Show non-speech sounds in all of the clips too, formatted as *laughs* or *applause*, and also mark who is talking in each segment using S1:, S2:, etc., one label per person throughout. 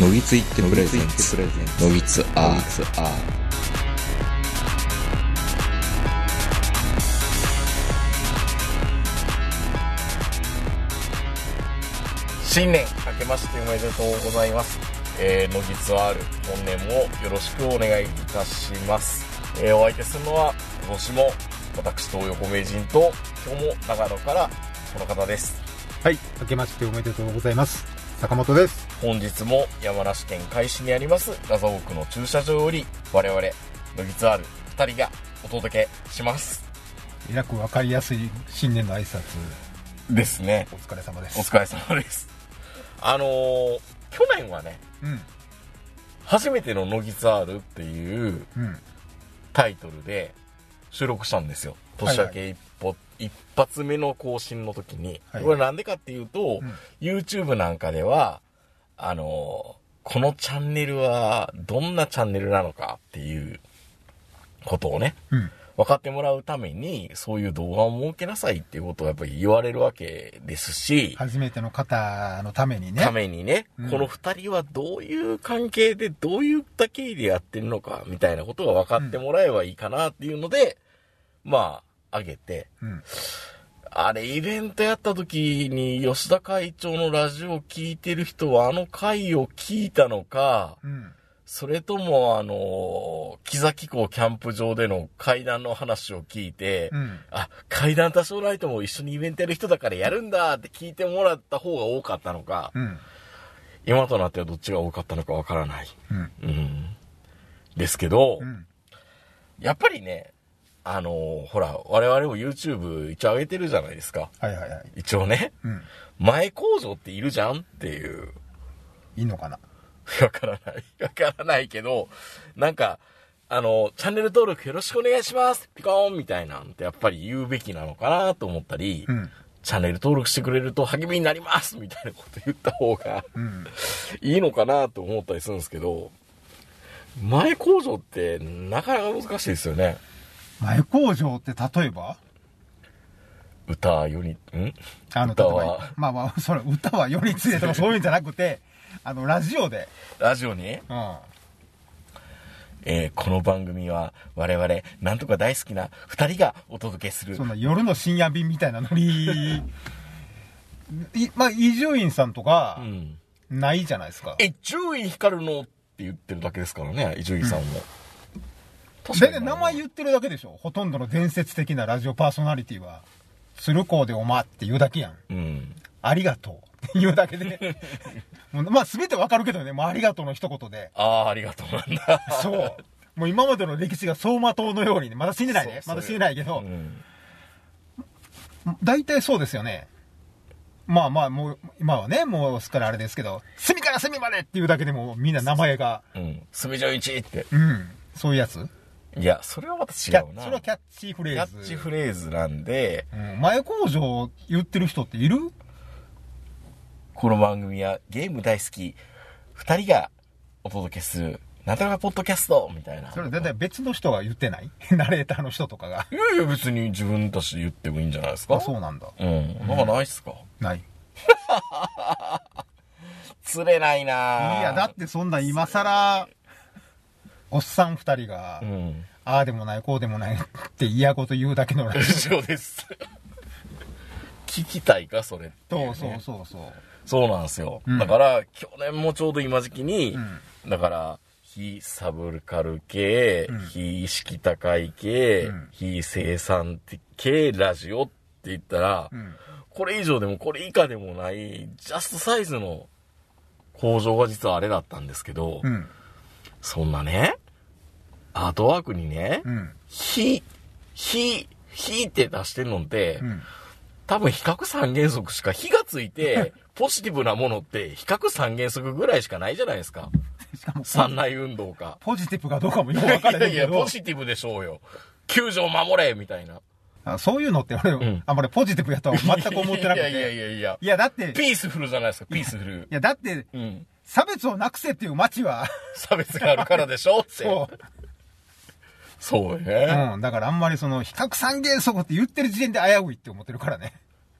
S1: のぎついってプレゼン
S2: ツ
S1: ツ
S2: プレゼンツ
S1: のぎつアーツア
S3: 新年明けましておめでとうございます。えー、乃木ツアール、本年もよろしくお願いいたします。えー、お相手するのは、今年も私と横名人と、今日も長野からこの方です。
S4: はい、明けましておめでとうございます。坂本です。
S3: 本日も山梨県海市にあります画像区の駐車場より、我々、乃木ツアール2人がお届けします。
S4: えらくわかりやすい新年の挨拶、
S3: ですね。
S4: お疲れ様で
S3: お
S4: す。
S3: 疲れ様です。あのー、去年はね、
S4: うん、
S3: 初めての乃木ツアールっていう、
S4: うん、
S3: タイトルで収録したんですよ
S4: はい
S3: 年明け一歩、一発目の更新の時に、
S4: はい
S3: これなんでかっていうと、YouTube なんかではあのこのチャンネルはどんなチャンネルなのかっていうことをね
S4: うん、
S3: 分かってもらうためにそういう動画を設けなさいっていうことをやっぱり言われるわけですし、
S4: 初めての方のためにね。
S3: ためにね、
S4: うん
S3: この二人はどういう関係で、どういった経緯でやってるのか、みたいなことが分かってもらえばいいかなっていうので、まあ、あげて、
S4: うん、
S3: あれ、イベントやった時に、吉田会長のラジオを聞いてる人は、あの回を聞いたのか、
S4: うん、
S3: それとも、あの、木崎港キャンプ場での階段の話を聞いて、
S4: うん、
S3: あ、階段多少ないとも一緒にイベントやる人だからやるんだって聞いてもらった方が多かったのか、
S4: うん、
S3: 今となってはどっちが多かったのかわからない。
S4: うん、
S3: うん。ですけど、
S4: うん、
S3: やっぱりね、あのーほら、我々も YouTube 一応上げてるじゃないですか。
S4: はいはいはい。
S3: 一応ね、
S4: うん、
S3: 前工場っているじゃんっていう。
S4: いいのかな
S3: わからない。わからないけど、なんか、あの、チャンネル登録よろしくお願いしますピコーンみたいなんてやっぱり言うべきなのかなと思ったり、
S4: うん、
S3: チャンネル登録してくれると励みになりますみたいなこと言った方が、
S4: うん、
S3: いいのかなと思ったりするんですけど、前工場ってなかなか難しいですよね。
S4: 前工場って例えば
S3: 歌より、ん
S4: あの、
S3: 歌
S4: 例え
S3: は
S4: ば、まあまあ、それ歌はよりついとかそういうんじゃなくて、あの、ラジオで、
S3: ラジオに、
S4: うん、は
S3: えーこの番組は我々、なんとか大好きな二人がお届けする
S4: そ。んな夜の深夜便みたいなノリ、 *laughs* いまあ、伊集院さんと
S3: う
S4: か、
S3: ん。
S4: ないじゃないですか。
S3: え、注意光るのって言ってるだけですからね、伊集院さんも。確
S4: 大体名前
S3: う。
S4: 言ってるだけでしょほとんどの伝説的なラジオパーソナリティは。鶴光でおまって言うだけやん。
S3: うん。
S4: ありがとうって言うだけ
S3: *laughs*
S4: で。もうまあ全てわかるけどね、もうありがとうの一
S3: *laughs*
S4: 言で。
S3: ああ、ありがとうなんだ。
S4: そう。もう今までの歴史が走馬灯のようにね、まだ死んでないね。
S3: そう
S4: まだ死んでないけど
S3: う、ん。
S4: 大体そうですよね。まあまあ、もう、今はね、もうすっからあれですけど、隅から隅までっていうだけでもうみんな名前が、
S3: うん。すみじょいちって。
S4: うん、そういうやつ
S3: いや、それはまた
S4: キャ
S3: 違う
S4: ッ
S3: な。
S4: それはキャッチフレーズ。
S3: キャッチフレーズなんで、
S4: うん、前工場言ってる人っている
S3: この番組はゲーム大好き2人がお届けするなんとかポッドキャストみたいな
S4: それだいたい別の人が言ってない *laughs* ナレーターの人とかが。
S3: いやいや別に自分たちで言ってもいいんじゃないですか
S4: あ、そうなんだ。
S3: うんなんかないっすか、
S4: ない。い
S3: 釣れないなぁ
S4: や、だってそんな今更、おっさん二人が、
S3: うん *laughs*
S4: ああでもない、こうでもないって嫌こと言うだけのラジ
S3: 以上です聞きたいかそれってい
S4: オ。
S3: ね
S4: そうそうそうそう。
S3: そうなんですよ、
S4: うん
S3: だから去年もちょうど今時期に、
S4: うん
S3: だから非サブカル系、
S4: うん
S3: 非意識高い系、
S4: うん
S3: 非生産系ラジオって言ったら、
S4: うん。
S3: これ以上でもこれ以下でもない、ジャストサイズの工場が実はあれだったんですけど、
S4: うん。
S3: そんなね、アートワークにね、
S4: うん。
S3: ひ、ひ、ひって出してんのって、
S4: うん。
S3: 多分比較三原則しか、火がつい
S4: *laughs*
S3: て、ポジティブなものって比較三原則ぐらいしかないじゃないですか。
S4: しかも、
S3: 三内運動か。
S4: ポジティブかどうかもよく
S3: いや
S4: 分かれへん
S3: い
S4: け
S3: や、ポ
S4: ど、
S3: ジティブでしょうよ。救助を守れみたいな。
S4: あそういうのって俺、
S3: ん
S4: あんまりポジティブやとは全く思ってな
S3: い
S4: くて。
S3: やいやい
S4: い
S3: やいや。
S4: やだって、い
S3: ピースフルじゃないですか、ピースフル。
S4: や、だって、
S3: うん。
S4: 差別をなくせっていう街は、
S3: 差別があるからでしょって。
S4: そう。
S3: そうね。
S4: うん、だからあんまりその、比較三原則って言ってる時点で危ういって思ってるからね。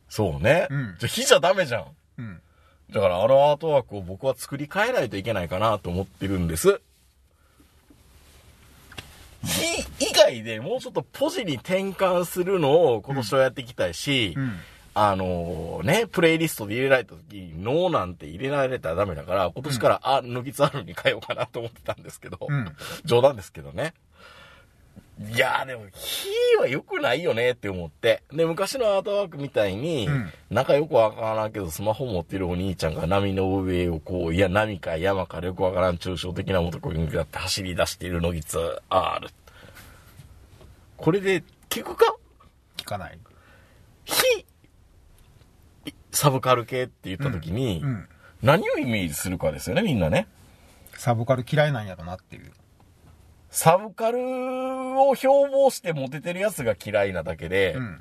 S3: そうね。
S4: うん
S3: じゃあ、火じゃダメじゃん。
S4: うん。
S3: だからあのアートワークを僕は作り変えないといけないかなと思ってるんです。以以外でもうちょっとポジに転換するのを今年はやっていきたいし、
S4: うん。
S3: あのね、プレイリストで入れられた時に、ノーなんて入れられたらダメだから、今年から、あ、ノギツアルに変えようかなと思ってたんですけど、
S4: うん
S3: 冗談ですけどね。いやーでも、火は良くないよねって思って。で、昔のアートワークみたいに、
S4: うん
S3: なんかよくわからんけど、スマホ持ってるお兄ちゃんが波の上をこう、いや、波か山かよくわからん抽象的な男に向かって走り出しているノギツアル。これで、聞くか
S4: 聞かない。
S3: 非サブカル系って言った時に、
S4: うん。
S3: 何をイメージするかですよね、みんなね。
S4: サブカル嫌いなんやろなっていう。
S3: サブカルを標榜してモテてるやつが嫌いなだけで、
S4: うん。
S3: っ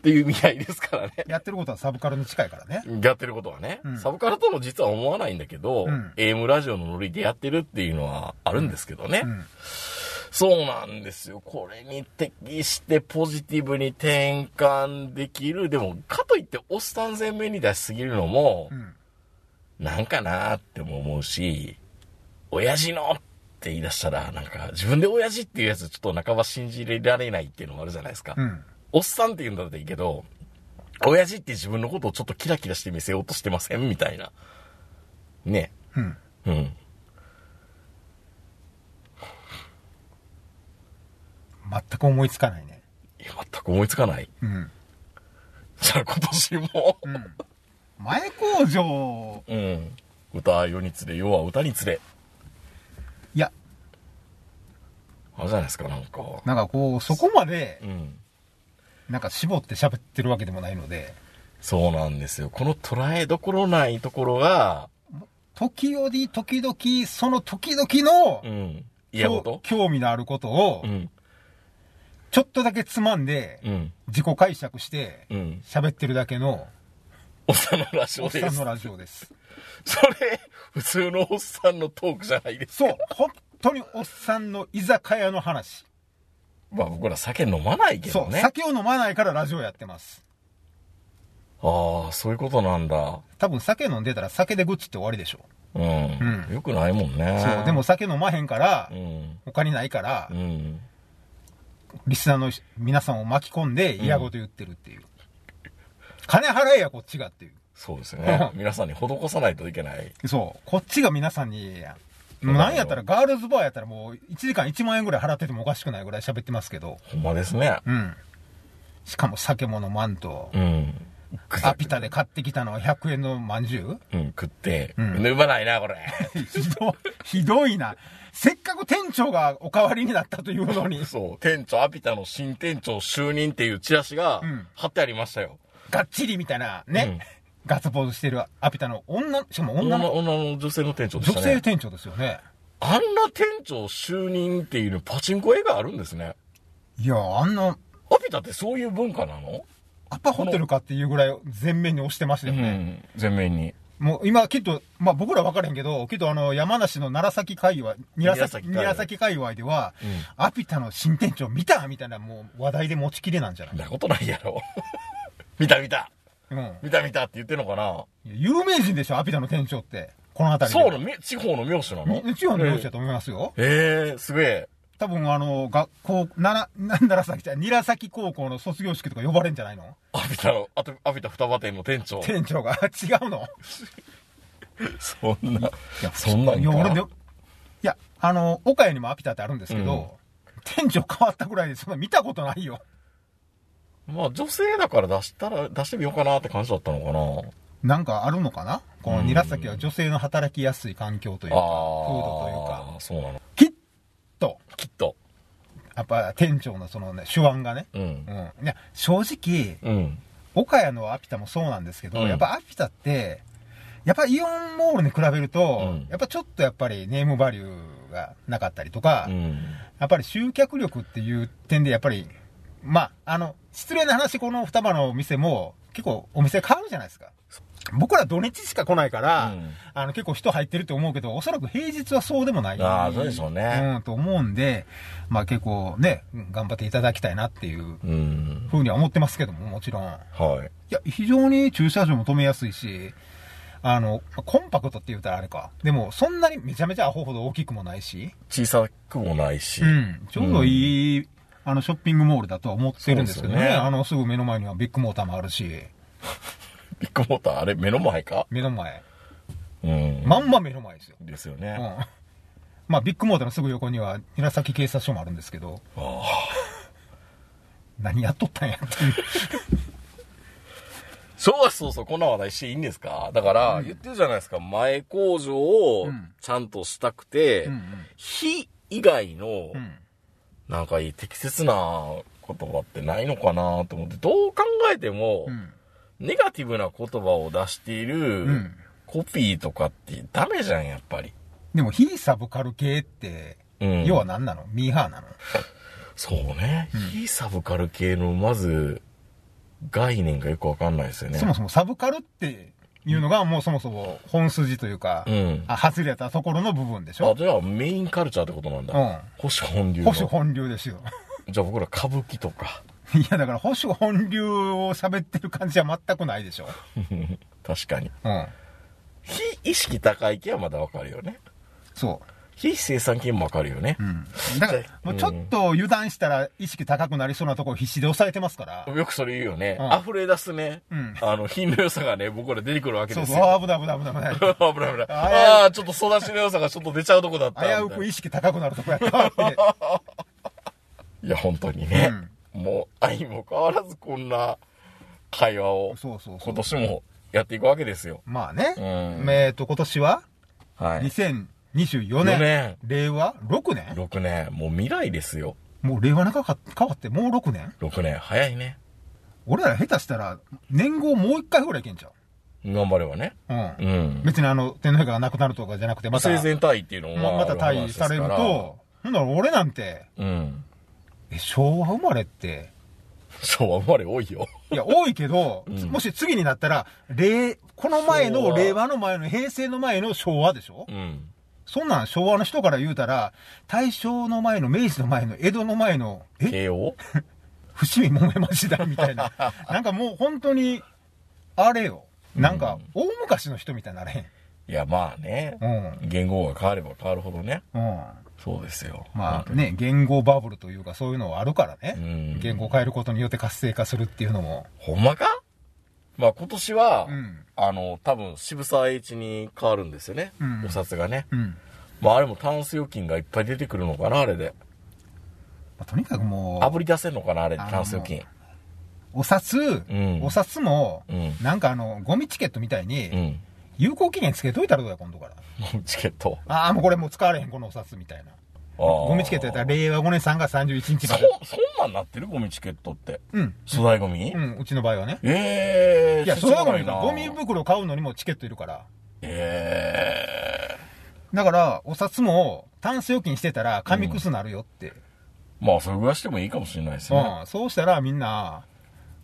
S3: ていう意味合いですからね。
S4: やってることはサブカルに近いからね。
S3: やってることはね、
S4: うん
S3: サブカルとも実は思わないんだけど、
S4: うん
S3: エ AM ラジオのノリでやってるっていうのはあるんですけどね。
S4: うん。
S3: そうなんですよ。これに適してポジティブに転換できる。でも、かといっておっさん前面に出しすぎるのも、
S4: うん。
S3: なんかなーっても思うし、親父のって言い出したら、なんか自分で親父っていうやつちょっと半ば信じられないっていうのもあるじゃないですか。
S4: うん。
S3: おっさんって言うんだっていいけど、親父って自分のことをちょっとキラキラして見せようとしてませんみたいな。ね。
S4: うん。
S3: うん。
S4: 全く思いつかないね。
S3: いや全く思いつかない。
S4: うん。
S3: じゃあ今年も、
S4: うん。前工場、
S3: うん。歌世につれ、世は歌につれ。
S4: いや、
S3: あるじゃないですか、なんか。
S4: なんかこう、そこまで
S3: う、ん。
S4: なんか絞って喋ってるわけでもないので、
S3: そうなんですよ。この捉えどころないところが、
S4: 時折、時々、その時々の
S3: う、ん。嫌事
S4: 興味のあることを
S3: う、ん。
S4: ちょっとだけつまんで、
S3: うん。
S4: 自己解釈して、
S3: うん。
S4: 喋ってるだけの、
S3: おっさんのラジ
S4: お
S3: オ
S4: っ
S3: で
S4: さん
S3: す
S4: の。ラジオです。
S3: それ、普通のおっさんのトークじゃないです。
S4: そう、本当におっさんの居酒屋の話。
S3: まあ僕ら酒飲まないけど
S4: そう、
S3: ね。
S4: 酒を飲まないからラジオやってます。
S3: ああ、そういうことなんだ。
S4: 多分酒飲んでたら酒で愚痴って終わりでしょ。
S3: うん。
S4: うん
S3: よくないもんね。
S4: そう、でも、酒飲まへんから
S3: う、ん。
S4: 他にないから
S3: う、ん。
S4: リスナーの皆さんを巻き込んで嫌ごと言ってるっていう。金払えや、こっちがっていう。
S3: そうです
S4: *laughs*
S3: ね。皆さんに施さないといけない。
S4: そう、こっちが皆さんに、もうなんやったらガールズバーやったらもう1時間1万円ぐらい払っててもおかしくないぐらい喋ってますけど。
S3: ほんまですね。
S4: うん。しかも酒も飲まんと
S3: う、ん。く
S4: アピタで買ってきたのは100円のまんじゅう
S3: うん、食って。う
S4: うん
S3: ん。飲まないな、これ。
S4: ひ
S3: *laughs*
S4: ど、ひどいな。せっかく店長がお代わりになったというの
S3: *laughs*
S4: に、
S3: そう。店長、アピタの新店長就任っていうチラシが
S4: うん
S3: 貼ってありましたよ。
S4: がっちりみたいなね、ガッツポーズしてるアピタの女、しかも女
S3: 女
S4: の
S3: の、女の女性の店長でし
S4: 女
S3: たね。
S4: 性店長ですよね。
S3: あんな店長就任っていうパチンコ映画あるんですね。
S4: いや、あんな、
S3: アピタってそういう文化なの
S4: アパホテルかっていうぐらい全面に押してましたよね。
S3: ん。全面に。
S4: もう今きっと、まあ僕ら分からへんけど、きっとあの山梨の楢崎界隈、韮崎
S3: 韮崎界隈
S4: 韮崎界隈では、
S3: うん
S4: アピタの新店長見たみたいなもう話題で持ちきれなんじゃない
S3: んなことないやろ。 *laughs* 見た見た
S4: うん。
S3: 見た見たって言ってんのかない
S4: や有名人でしょ、アピタの店長って。この辺りで。
S3: そうなのみ地方の名手なの
S4: み一応の名字だと思いますよ。
S3: ええー、すげえ。
S4: 多分あの、学校、なな、なんだらさきちゃん、韮崎高校の卒業式とか呼ばれんじゃないの
S3: アピタの、あとアピタ双葉店の店
S4: *laughs*
S3: 長。
S4: 店長が、違うの
S3: そんな、そんなん
S4: いや、俺
S3: か
S4: で、いや、あの、岡谷にもアピタってあるんですけど、店長変わったぐらいで、そんな見たことないよ。
S3: まあ女性だから出したら、出してみようかなって感じだったのかな
S4: なんかあるのかなこの韮崎は女性の働きやすい環境という
S3: あ
S4: か、風土という
S3: あ
S4: か、
S3: ー、そうなの。
S4: きっと、
S3: きっと。
S4: やっぱ店長のそのね、手腕がね、
S3: う。
S4: うんん。いや、正直、
S3: うん。
S4: 岡谷のアピタもそうなんですけど、
S3: うん
S4: やっぱアピタって、やっぱイオンモールに比べると、
S3: うん
S4: やっぱちょっとやっぱりネームバリューがなかったりとか、
S3: うん。
S4: やっぱり集客力っていう点でやっぱり、まあ、あの、失礼な話、この双葉のお店も結構お店変わるじゃないですか。僕ら土日しか来ないから、
S3: うん
S4: あの結構人入ってると思うけど、おそらく平日はそうでもない。
S3: あーそうでしょうね
S4: うん、と思うんで、まあ結構ね、うん頑張っていただきたいなっていう
S3: うん。
S4: ふうには思ってますけども、もちろん。
S3: はい。
S4: いや、非常に駐車場も止めやすいし、あの、コンパクトって言うたらあれか。でも、そんなにめちゃめちゃアホほど大きくもないし、
S3: 小さくもないし、
S4: うん、ちょうどいい、あの、ショッピングモールだとは思ってるんですけど
S3: そう
S4: ね。
S3: ですよね
S4: あの、すぐ目の前にはビッグモーターもあるし、
S3: ビッグモーター、あれ、目の前か
S4: 目の前。
S3: うん。
S4: まんま目の前ですよ。
S3: ですよ
S4: うん
S3: ね。。
S4: まあ、ビッグモーターのすぐ横には、韮崎警察署もあるんですけど、
S3: ああ
S4: 何やっとったんやっていう。
S3: そうそうそう、こんな話題していいんですかだから、言ってるじゃないですか、前工場を
S4: うん
S3: ちゃんとしたくて、
S4: *laughs* うんうん
S3: 非以外の、
S4: うん。
S3: なんかいい適切な言葉ってないのかなと思って、どう考えても、
S4: うん。
S3: ネガティブな言葉を出している
S4: ん
S3: コピーとかってダメじゃん、やっぱり。
S4: でも、非サブカル系って、
S3: うん
S4: 要は何なのミーハーなの
S3: そうね。非サブカル系の、まず、概念がよくわかんないですよね。
S4: そもそもサブカルっていうのがもうそもそも本筋というか、
S3: うん
S4: あ外れたところの部分でし
S3: あ、
S4: ょ。
S3: じゃあメインカルチャーってことなんだ。
S4: う
S3: 保
S4: ん
S3: 守本流の。
S4: 保守本流ですよ。
S3: じゃあ僕ら歌舞伎とか。 *laughs*
S4: *laughs* いや、だから保守本流を喋ってる感じは全くないでしょ。
S3: 確かに。
S4: うん。
S3: 非意識高い系はまだわかるよね。
S4: そ
S3: 非生産系もわかるよね
S4: う。。うん。だから、もうちょっと油断したら意識高くなりそうなところ必死で抑えてますから。
S3: よくそれ言うよね。
S4: うん
S3: 溢れ出すね、
S4: うん
S3: あの、品の良さがね、僕ら出てくるわけ
S4: そ
S3: で
S4: う
S3: す
S4: そ
S3: よ。
S4: う、あー危ない危ない危
S3: *laughs*
S4: ない危ない。
S3: 危ない危ない。
S4: あー
S3: ああー、ちょっと育ちの良さがちょっと出ちゃうとこだった。
S4: 危う
S3: みたいな
S4: く意識高くなるとこやった
S3: *laughs*
S4: わって。
S3: いや、本当にね。もう、相も変わらずこんな会話を、
S4: そうそうそ
S3: 今
S4: う。
S3: 年もやっていくわけですよ。
S4: まあね。
S3: うん
S4: えっと、今年は
S3: はい。
S4: 2024
S3: 4
S4: 年。
S3: 年。
S4: 令和6年
S3: 6年。もう未来ですよ。
S4: もう令和なかか変わってもう6年
S3: 6年。早いね。
S4: 俺ら下手したら、年号もう1回ぐらいいけんちゃう
S3: 頑張ればね。
S4: う。
S3: うんん。
S4: 別にあの、天皇陛下が亡くなるとかじゃなくて、また、
S3: 生前退位っていうのも
S4: ま
S3: あ
S4: また退位される。
S3: あ話で
S4: と、ほんなら俺なんて、
S3: すからうん。 *laughs*
S4: え昭和生まれって、
S3: 昭和生まれ多いよ。
S4: いや、多いけど、
S3: ん
S4: もし次になったら、令、この前
S3: 昭
S4: の、
S3: 和
S4: 令和の前の、平成の前の昭和でしょ、
S3: うん。
S4: そんなん昭和の人から言うたら、大正の前の、明治の前の、江戸の前の、え
S3: 慶応
S4: 伏見桃山時代みたい *laughs* な。なんかもう本当に、あれよ。なんか、大昔の人みたいになれへん。
S3: いや、まあね。
S4: う
S3: 言語が変われば変わるほどね。
S4: うん。
S3: そうですよ。
S4: まあね、言語バブルというかそういうのはあるからね。
S3: うん
S4: 言語を変えることによって活性化するっていうのも。
S3: ほんまかまあ今年は、
S4: うん
S3: あの、多分渋沢栄一に変わるんですよね。
S4: うん
S3: お札がね。
S4: うん。
S3: まああれもタンス預金がいっぱい出てくるのかな、あれで。
S4: まあとにかくもう、
S3: 炙り出せんのかな、あれで、
S4: あの
S3: タンス預金。
S4: お札、
S3: ん
S4: お札も、
S3: うん
S4: なんかあの、ゴミチケットみたいに、
S3: うん。
S4: 有効期限つけといたらどうや、今度から。
S3: チケット。
S4: ああ、もうこれもう使われへん、このお札みたいな。
S3: ゴ
S4: ゴミチケットやったら令和5年3月31日
S3: そ
S4: ま
S3: う
S4: で。、
S3: そんなんなってるゴミチケットって。
S4: うん。
S3: 粗大ゴミ、
S4: うん、うちの場合はね。
S3: ええー、
S4: いや、
S3: し
S4: そ
S3: ょう
S4: れは
S3: が
S4: ゴ
S3: な
S4: ミ
S3: いな
S4: ゴミ袋買うのにもチケットいるから。
S3: ええ
S4: だから、お札も、タンス預金してたら、紙くすなるよって。
S3: ー。まあ、それぐらいしてもいいかもしれないですね。
S4: うん、そうしたらみんな、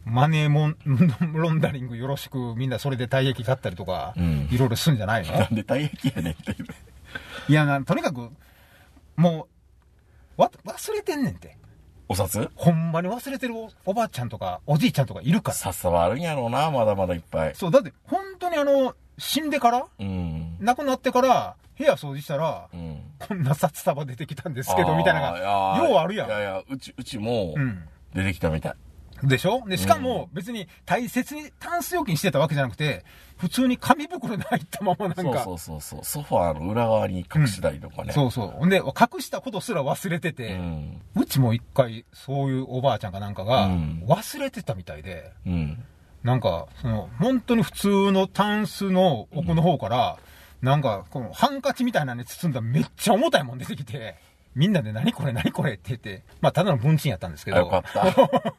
S4: マネーモン、 *laughs* ロンダリングよろしく、みんなそれで退役買ったりとか、
S3: うん
S4: いろいろするんじゃな
S3: *laughs*
S4: いの
S3: なんで大役やねんっていう。
S4: いやな、とにかく、もう、わ、忘れてんねんて。
S3: お札
S4: ほんまに忘れてるおおばあちゃんとか、おじいちゃんとかいるから。
S3: 札さはあるんやろうな、まだまだいっぱい。
S4: そう、だって、本当にあの、死んでから、
S3: うん。
S4: 亡くなってから、部屋掃除したら、
S3: うん。
S4: こんな札束出てきたんですけど、みたいなのが、
S3: あーい
S4: ようあるやん
S3: い。やいや、うち、うちも
S4: うん、
S3: 出てきたみたい。
S4: でしょで、しかも別に大切にタンス預金してたわけじゃなくて、普通に紙袋に入ったままなんか、
S3: そうそうそうそう。ソファーの裏側に隠したりとかね。
S4: そうそう。ほんで、隠したことすら忘れて
S3: う
S4: て、
S3: ん。
S4: うちも一回、そういうおばあちゃんかなんかが
S3: うん、
S4: 忘れてたみたいで、
S3: うん。
S4: なんか、その、本当に普通のタンスの奥の方から、なんか、このハンカチみたいなのに包んだめっちゃ重たいもん出てきて、みんなで何これ何これって言って、まあ、ただの文鎮やったんですけど、
S3: よかった。
S4: *laughs*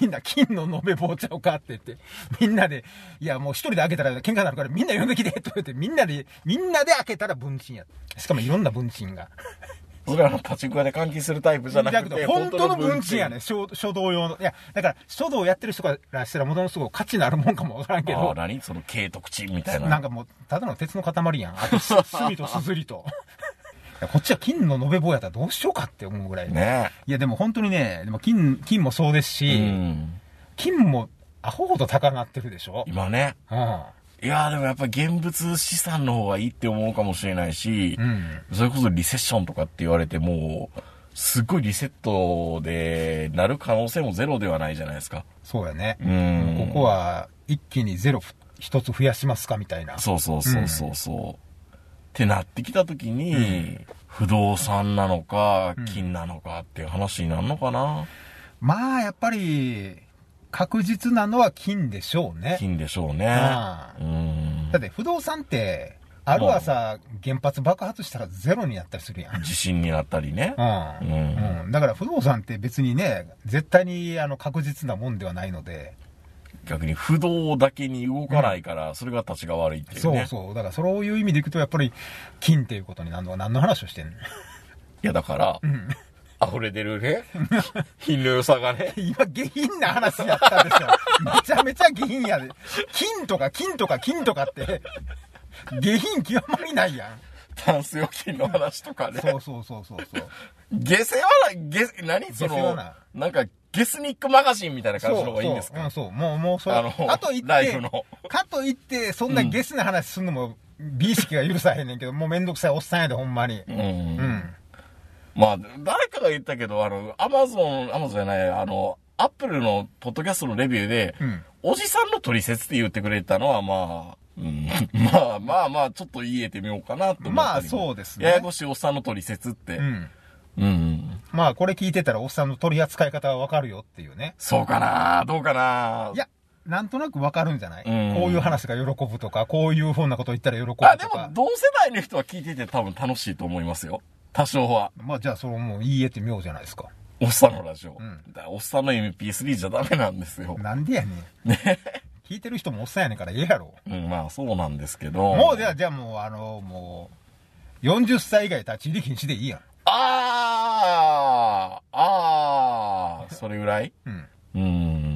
S4: みんな金の延べ棒ちゃうかって言って、みんなで、いやもう一人で開けたら喧嘩になるからみんな呼んできてと言って、みんなで、みんなで開けたら文鎮や。しかもいろんな文鎮が。
S3: それはあのパチンコ屋で換金するタイプじゃな
S4: だ
S3: く
S4: け
S3: て、
S4: ど、本当の文鎮やね。。書書道用の。いや、だから書道やってる人からしたらもともとすごい価値のあるもんかもわからんけ
S3: ああ、
S4: ど、
S3: 何その、軽徳地みたいな。
S4: なんかもう、ただの鉄の塊やん。あと、す
S3: *laughs*
S4: 墨とすずりと。いやこっちは金の延べ棒やったらどうしようかって思うぐらい。
S3: ね
S4: いや、でも本当にね、でも金、金もそうです
S3: え。
S4: し、
S3: うん。
S4: 金もアホほど高なってるでしょ。
S3: 今ね、
S4: うん。
S3: いやーでもやっぱり現物資産の方がいいって思うかもしれないし、
S4: うん。
S3: それこそリセッションとかって言われても、すっごいリセットでなる可能性もゼロではないじゃないですか。
S4: そうやね。
S3: うん。
S4: ここは、一気にゼロふ一つ増やしますかみたいな。
S3: そうそうそうそうそう。ってなってきた時に、不動産なのか、金なのかっていう話になるのかな、
S4: まあ、やっぱり、確実なのは金でしょうね。
S3: 金でしょうね。
S4: ああ
S3: うん
S4: だっ。て不動産って、ある朝、原発爆発したらゼロになったりするやん。
S3: 地震になったりね。
S4: う
S3: うん
S4: ん。うん。だから不動産って別にね、絶対にあの確実なもんではないので、
S3: 逆に不動だけに動かないから、それが立ちが悪いっていう
S4: そう
S3: ね。
S4: そう。だからそういう意味でいくと、やっぱり金っていうことになるのは何の話をしてんの *laughs*
S3: いや、だから、溢れ出るね、 *laughs* 品の良さがね、
S4: 今、下品な話やったでし
S3: *laughs*
S4: ょ。めちゃめちゃ下品やで。金とか金とか金とかって、下品極まりないやん。
S3: タンス預金の話とかね。
S4: そうそうそうそうそう。
S3: 下世話な、下、何そ
S4: 下世話
S3: の、
S4: な
S3: なんか、ゲスニックマガジンみたいな感じの方がいいんですか
S4: そうそううん、そう。もう、もう、それ。
S3: あの
S4: あと言っ
S3: ライフ
S4: て
S3: の、
S4: かと言って、そんなゲスな話すんのも、美意識が許さへんねんけど、もうめんどくさいおっさんやで、ほんまに。
S3: うん
S4: うん。
S3: まあ、誰かが言ったけど、あの、アマゾン、アマゾンじゃない、あの、アップルのポッドキャストのレビューで、
S4: うん
S3: おじさんの取説って言ってくれたのは、まあ、うん、 *laughs* まあまあまあ、ちょっと言えてみようかなと思ったりも
S4: まあそうですね
S3: ややこしいおっさんの取説って。う
S4: う
S3: ん。
S4: ん。
S3: うん、
S4: まあ、これ聞いてたら、おっさんの取り扱い方はわかるよっていうね。
S3: そうかなどうかない
S4: や、なんとなくわかるんじゃない、
S3: うん
S4: こういう話が喜ぶとか、こういうふうなこと言ったら喜ぶと
S3: あ、で
S4: か
S3: も、。同世代の人は聞いてて多分楽しいと思いますよ。多少は。
S4: まあ、じゃあ、それもう言い得てみようじゃないですか。
S3: おっさんのラジオ。
S4: ん
S3: だからおっさんの MP3 じゃダメなんですよ。
S4: なんでやねん。聞いてる人もおっさんやねんからええやろ。
S3: うん、まあそうなんですけど。
S4: もう、じゃあ、じゃあもう、あの、もう、40歳以外立ち入り禁止でいいやん。
S3: あーあーそれぐらい
S4: うん。
S3: う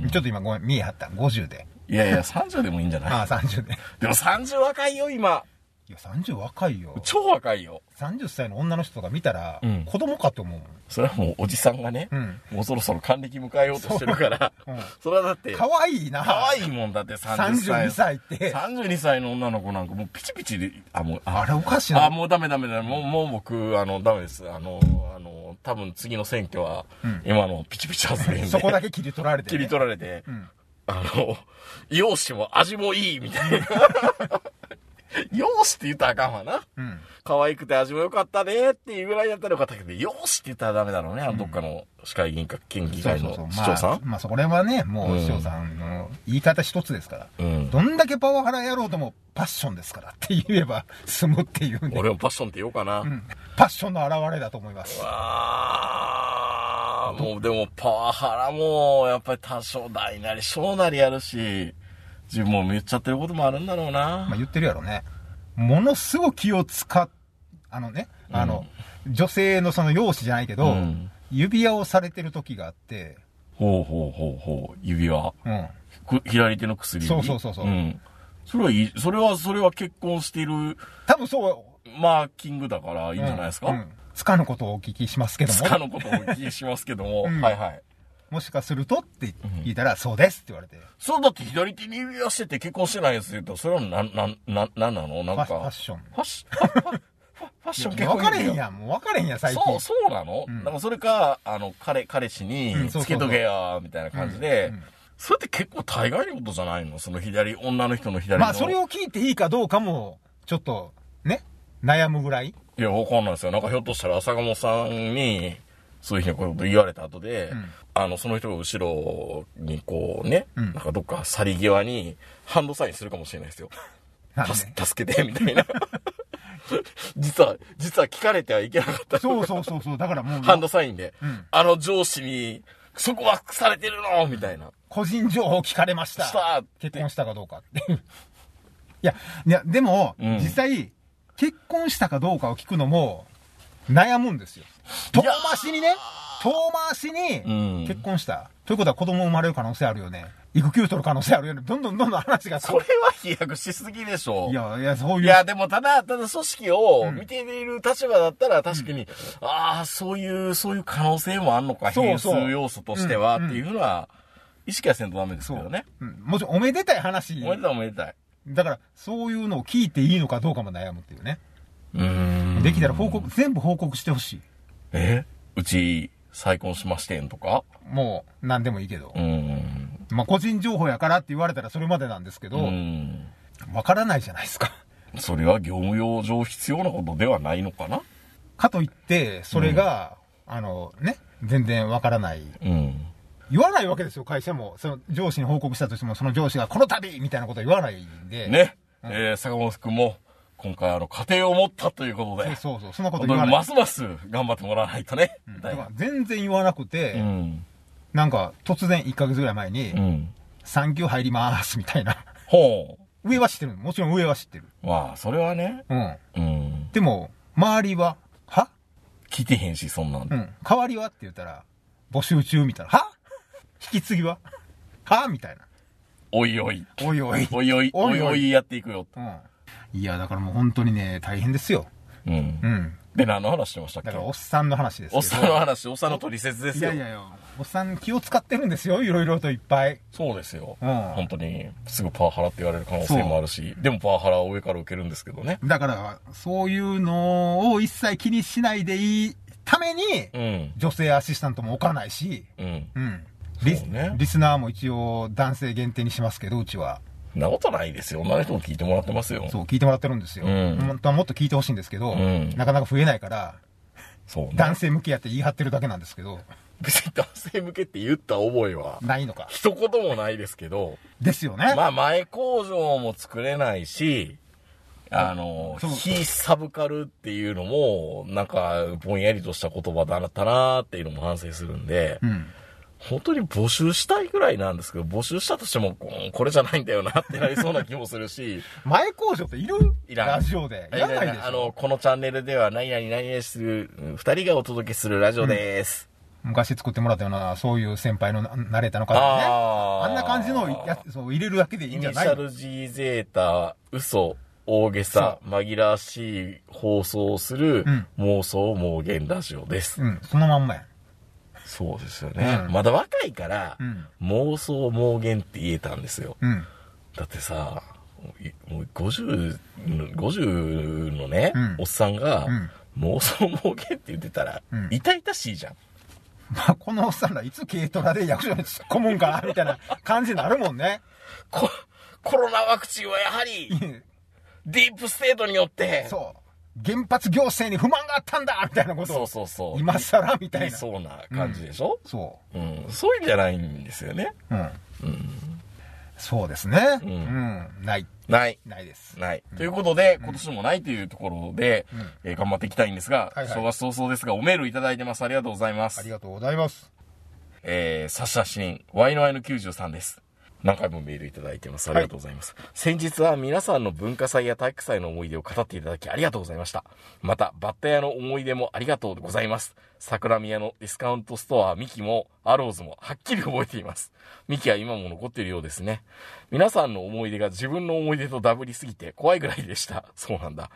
S3: ん。
S4: ちょっと今ごめん、見えはった。50で。
S3: いやいや、30でもいいんじゃない
S4: ああ、30で。
S3: *laughs* でも30若いよ、今。
S4: いや、30若いよ。
S3: 超若いよ。
S4: 30歳の女の人とか見たら、
S3: うん
S4: 子供かって思うもん。
S3: それはもうおじさんがね、
S4: うん
S3: もうそろそろ還暦迎えようとしてるから、
S4: うん
S3: それはだって、
S4: かわいいな。
S3: かわ
S4: い。
S3: いいもんだって30歳。
S4: 32歳って。
S3: 32歳の女の子なんかもうピチピチで、あ、もう、
S4: あ
S3: あ、
S4: れおかしい
S3: あ、
S4: な。
S3: もうダメダメダメ、もう、もう僕、あの、ダメです。あの、あの、多分次の選挙は、今のピチピチ発言で、
S4: そこだけ切り取られて、
S3: 切り取られて、
S4: ん
S3: あの、容姿も味もいいみ
S4: *laughs*
S3: たいな。容姿って言ったらあかんわな。
S4: うん。
S3: 可愛くて味も良かったねっていうぐらいだったらよかったけど、容姿って言ったらダメだろうね。あの、どっかの市会議員か県議
S4: そう
S3: 会
S4: そう
S3: の
S4: そう。
S3: 市長さん
S4: まあ、まあ、そこら辺はね、もう市長さんの言い方一つですから。
S3: うん。
S4: どんだけパワハラやろうとも、パッションですからって言えば *laughs* 済むっていうね。
S3: 俺もパッションって言おうかな。
S4: うんパッションの表れだと思います。
S3: あーもうでもパワハラもやっぱり多少大なり小なりやるし、自分も言っちゃってることもあるんだろうな。
S4: まあ、言ってるやろね。ものすごく気を使っ、あのね、あの、女性のその容姿じゃないけど、
S3: うん
S4: 指輪をされてる時があって、
S3: ほうほうほうほう、指輪。
S4: うん。
S3: く左手の薬指。
S4: そうそうそうそうん
S3: それはいい、それは、それは結婚している
S4: 多分そう、
S3: マーキングだからいいんじゃないですか、
S4: う。
S3: うん
S4: つかぬことをお聞きしますけど
S3: つ
S4: も、
S3: かのことをお聞きしますけども、
S4: うん
S3: はいはい。
S4: もしかするとって聞いたら、そうですって言われて、
S3: そうだって左手に指輪してて結婚してないですって言ったら、それはなん、なん、なん、なんなのなん
S4: フ
S3: か。
S4: ァファッション。
S3: ファッション。ファファファッション
S4: いや
S3: 結
S4: もう
S3: 婚
S4: 分かれへんやん、もう分かれへんやん、最近。
S3: そう、そうなの、だからそれか、あの、彼、彼氏に
S4: うん、そうそうそう
S3: つけとけよ、みたいな感じで、それって結構大概のことじゃないのその左、女の人の左の。
S4: まあ、それを聞いていいかどうかも、ちょっと、ね、悩むぐらい。
S3: いや、わかんないですよ。なんかひょっとしたら坂本さんに、そういうふうにこういうこと言われた後で、あの、その人が後ろにこうね、
S4: ん
S3: なんかどっか去り際に、ハンドサインするかもしれないですよ。
S4: なんで
S3: たす助 *laughs* けて、みた
S4: *laughs*
S3: いな。実は、実は聞かれてはいけなかった。
S4: そうそうそうそう、だか
S3: *laughs*
S4: らもう、
S3: ハンドサインで、
S4: ん
S3: あの上司に、そこは隠されてるのみたいな。
S4: 個人情報聞かれました。
S3: した
S4: 結婚したかどうかっていう。 *laughs* いや、いや、でも、
S3: うん
S4: 実際、結婚したかどうかを聞くのも、悩むんですよ。遠回しにね、遠回し
S3: うん
S4: に、結婚した。ということは子供生まれる可能性あるよね。育休取る可能性あるよね。どんどんどんどん話が
S3: それは飛躍しすぎでしょ
S4: いや、いや、そういう。
S3: いや、でもただ、ただ組織を見ている立場だったら確かに、ああ、そういう、そういう可能性もあんのか、
S4: そう
S3: 変
S4: そう
S3: 数要素としては、
S4: う
S3: っ
S4: んうん
S3: ていうのは、意識はせんとダメです
S4: そ
S3: け
S4: う
S3: どね。
S4: うんもちろん、おめでたい話。
S3: おめでたいおめでたい。
S4: だから、そういうのを聞いていいのかどうかも悩むっていうね。
S3: うん
S4: できたら報告、全部報告してほしい。
S3: えうち、再婚しましてんとか
S4: もう、何でもいいけど
S3: う。ん。
S4: まあ、個人情報やからって言われたらそれまでなんですけど、
S3: う
S4: わ、
S3: ん。
S4: からないじゃないですか。 *laughs*
S3: それは業務用上必要なことではないのかな
S4: かといって、それが、あの、ね、全然わからない。
S3: うん。
S4: 言わないわけですよ、会社も。その上司に報告したとしても、その上司がこの度みたいなことは言わないんで。。
S3: ね。えー坂本くんも、今回あの、家庭を持ったということで、
S4: そうそう、そんなこと
S3: 本
S4: 言
S3: 当
S4: わ
S3: に
S4: な
S3: ま
S4: い。
S3: すます頑張ってもらわないとね。みた
S4: だ
S3: い
S4: か
S3: な
S4: ら全然言わなくて、
S3: うん。
S4: なんか突然1ヶ月ぐらい前に
S3: う、ん。
S4: 産休入りまーすみたいな。
S3: ほ
S4: 上は知ってるのもちろん上は知ってる。
S3: う。まあ、それはね、
S4: うん。
S3: うん。
S4: でも、周りは、は
S3: 聞いてへんし、そんなん
S4: う。ん。代わりはって言ったら、募集中みたいな。は引き継ぎははみたいな。
S3: おいおい。
S4: おいおい。
S3: おいおい、お
S4: お
S3: い
S4: い
S3: お
S4: お
S3: い
S4: い
S3: やっていくよ。
S4: うん。いや、だからもう本当にね、大変ですよ。
S3: うん
S4: う。ん。
S3: で、何の話してましたっけ
S4: だからおっさんの話ですけど。
S3: おっさんの話、おっさんの取説です
S4: い
S3: よ。
S4: やいやいや、おっさん気を使ってるんですよ。いろいろといっぱい。
S3: そうですよ。
S4: うん
S3: 本当に、すぐパワハラって言われる可能性もあるし、でもパワハラを上から受けるんですけどね。
S4: だから、そういうのを一切気にしないでいいために、
S3: うん。
S4: 女性アシスタントも置かないし、
S3: うん。
S4: うん。リス
S3: そうね
S4: リスナーも一応男性限定にしますけど、うちは。
S3: そんなことないですよ。女の人も聞いてもらってますよ。
S4: そう、聞いてもらってるんですよ。
S3: うん
S4: 本当はもっと聞いてほしいんですけど、
S3: ん
S4: なかなか増えないから、
S3: そうね。
S4: 男性向けやって言い張ってるだけなんですけど、
S3: 別に男性向けって言った覚えは、
S4: ないのか。
S3: 一言もないですけど、
S4: ですよね。
S3: まあ前工場も作れないし、あの、
S4: そう
S3: 非サブカルっていうのも、なんか、ぼんやりとした言葉だったなーっていうのも反省するんで、
S4: うん。
S3: 本当に募集したいぐらいなんですけど、募集したとしても、うんこれじゃないんだよなってなりそうな気もする
S4: *laughs*
S3: し、
S4: 前工場っている
S3: いらん
S4: ラジオで。いらないでしょ。
S3: あの、このチャンネルでは何々何々する、うん二人がお届けするラジオです。
S4: 昔作ってもらったような、そういう先輩のなナレーターの方ね。
S3: あー
S4: あんな感じのやつそう入れるだけでいい
S3: イ
S4: んじゃ
S3: ニシ
S4: ない
S3: ャル G ゼータ、嘘、大げさ、紛らわしい放送をする
S4: うん
S3: 妄想妄言ラジオです。
S4: うん、そのまんまや。
S3: そうですよね。
S4: うん
S3: まだ若いから、
S4: うん
S3: 妄想妄言って言えたんですよ。
S4: うん。
S3: だってさ、もう50の、50のね、
S4: うん
S3: おっさんが、
S4: うん
S3: 妄想妄言って言ってたら、
S4: うん
S3: 痛々しいじゃん。
S4: まあ、このおっさんらいつ軽トラで役所に突っ込むんかな、みたいな感じになるもんね。
S3: こコロナワクチンはやはり、ディープステートによって、
S4: そう。原発行政に不満があったんだみたいなこと
S3: そ
S4: を
S3: う。そうそう。
S4: 今更みたいな
S3: 言そうな感じでしょ、
S4: そ
S3: うん、そういうんじゃないんですよね。
S4: う。うん。そうですね。うんん。ない。
S3: ない。
S4: ないです。
S3: ない。ということで、今年もないというところで、えー頑張っていきたいんですが、
S4: はいはい
S3: 正月早々ですが、おメールいただいてます。ありがとうございます。
S4: ありがとうございます。
S3: えー、サッシャシン、ワイのワイの93です。何回もメールいただいてます。ありがとうございます。先日は皆さんの文化祭や体育祭の思い出を語っていただきありがとうございました。また、バッタ屋の思い出もありがとうございます。桜宮のディスカウントストア、ミキも、アローズも、はっきり覚えています。ミキは今も残っているようですね。皆さんの思い出が自分の思い出とダブりすぎて怖いぐらいでした。そうなんだ。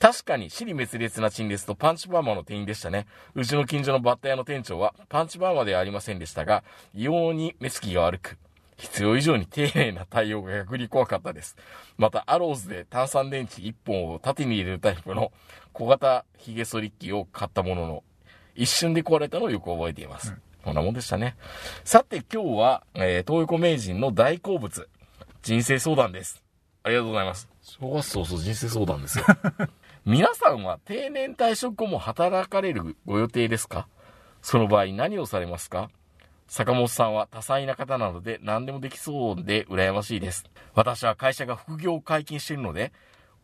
S3: 確かに、尻滅裂な陳列とパンチパーマの店員でしたね。うちの近所のバッタ屋の店長は、パンチパーマではありませんでしたが、異様に目つきが悪く、必要以上に丁寧な対応が逆に怖かったです。また、アローズで炭酸電池1本を縦に入れるタイプの小型ヒゲ剃り機を買ったものの、一瞬で壊れたのをよく覚えています。こんなもんでしたね。さて、今日は、えー、東横名人の大好物、人生相談です。ありがとうございます。正月早々人生相談ですよ。皆さんは定年退職後も働かれるご予定ですかその場合何をされますか坂本さんは多彩な方なので何でもできそうで羨ましいです。私は会社が副業を解禁しているので、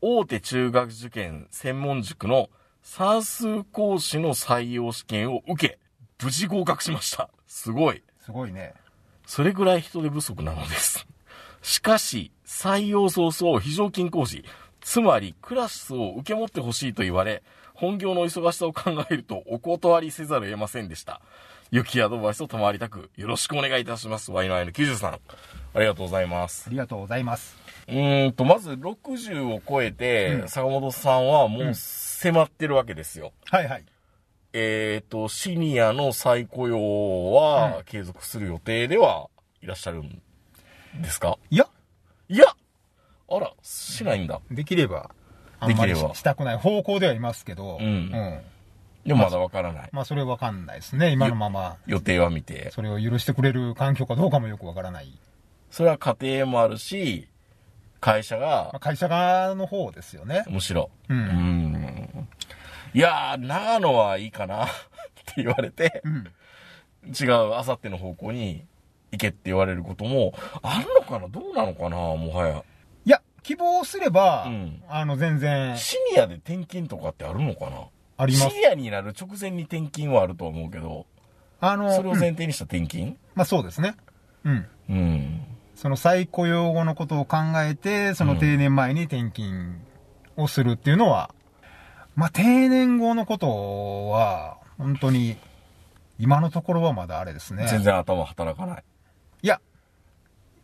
S3: 大手中学受験専門塾の算数講師の採用試験を受け、無事合格しました。すごい。
S4: すごいね。
S3: それぐらい人手不足なのです。 *laughs* しかし、採用早々非常勤講師、つまりクラスを受け持ってほしいと言われ、本業の忙しさを考えるとお断りせざるを得ませんでした。良きアドバイスを賜りたく、よろしくお願いいたします。y の i の90さん。ありがとうございます
S4: あ。りがとうございます。
S3: うーんと、まず60を超えて、坂本さんはもう迫ってるわけですよ。
S4: はいはい。
S3: えっ、と、シニアの再雇用は継続する予定ではいらっしゃるんですか、
S4: いや、
S3: いやあら、しないんだ。
S4: できれば、あんまり
S3: できれば
S4: ししたくない方向ではいますけど、
S3: うんでもまだわからない。
S4: まあ、それわかんないですね。今のまま、
S3: 予定は見て。
S4: それを許してくれる環境かどうかもよくわからない。
S3: それは家庭もあるし、会社が
S4: まあ、、会社側の方ですよね。
S3: むしろ。
S4: うん
S3: んいやー、長野はいいかなって言われて、
S4: ん
S3: 違う、あさっての方向に行けって言われることも、あるのかなどうなのかなもはや。
S4: いや、希望すれば、
S3: うん
S4: あの、全然、
S3: シニアで転勤とかってあるのかな
S4: あります
S3: シ。ニアになる直前に転勤はあるとは思うけど、
S4: あの、
S3: それを
S4: うん
S3: 前提にした転勤
S4: まあ、そうですね。うん。
S3: うん。
S4: その再雇用後のことを考えて、その定年前に転勤をするっていうのは、まあ、定年後のことは、本当に、今のところはまだあれですね。
S3: 全。然頭働かない。
S4: いや、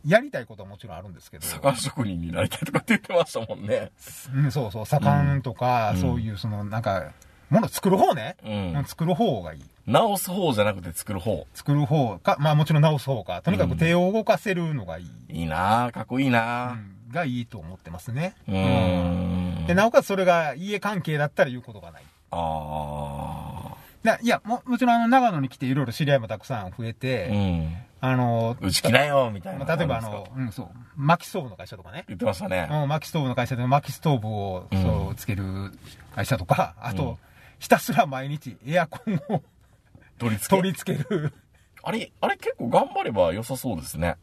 S4: やりたいことはもちろんあるんですけど、
S3: 左官職人になりたいとかって言ってましたもんね。
S4: うん、そうそう、左官とか、
S3: うん
S4: そういう、その、なんか、もの作る方ね。
S3: うん。
S4: 作る方がいい。
S3: 直す方じゃなくて作る方。
S4: 作る方か、まあもちろん直す方か。とにか
S3: う
S4: く
S3: ん
S4: 手を動かせるのがいい。
S3: いいなぁ、かっこいいな
S4: う
S3: ぁ。
S4: んがいいと思ってますね。
S3: うーん。
S4: で、なおかつそれが家関係だったら言うことがない。
S3: あ
S4: ないや、も、もちろんあの、長野に来ていろいろ知り合いもたくさん増え
S3: あ。
S4: て、
S3: うん。
S4: あの、
S3: 打ち切らよ、みたいな。
S4: まあ例えばあの、、うん、そう、薪ストーブの会社とかね。
S3: 言ってましたね。
S4: うん、薪ストーブの会社で薪ストーブを、
S3: うん
S4: そう、つける会社とか、あと、
S3: うん
S4: ひたすら毎日エアコンを
S3: 取り付
S4: 取
S3: け
S4: り。付ける。
S3: あれ、あれ結構頑張れば良さそうですね。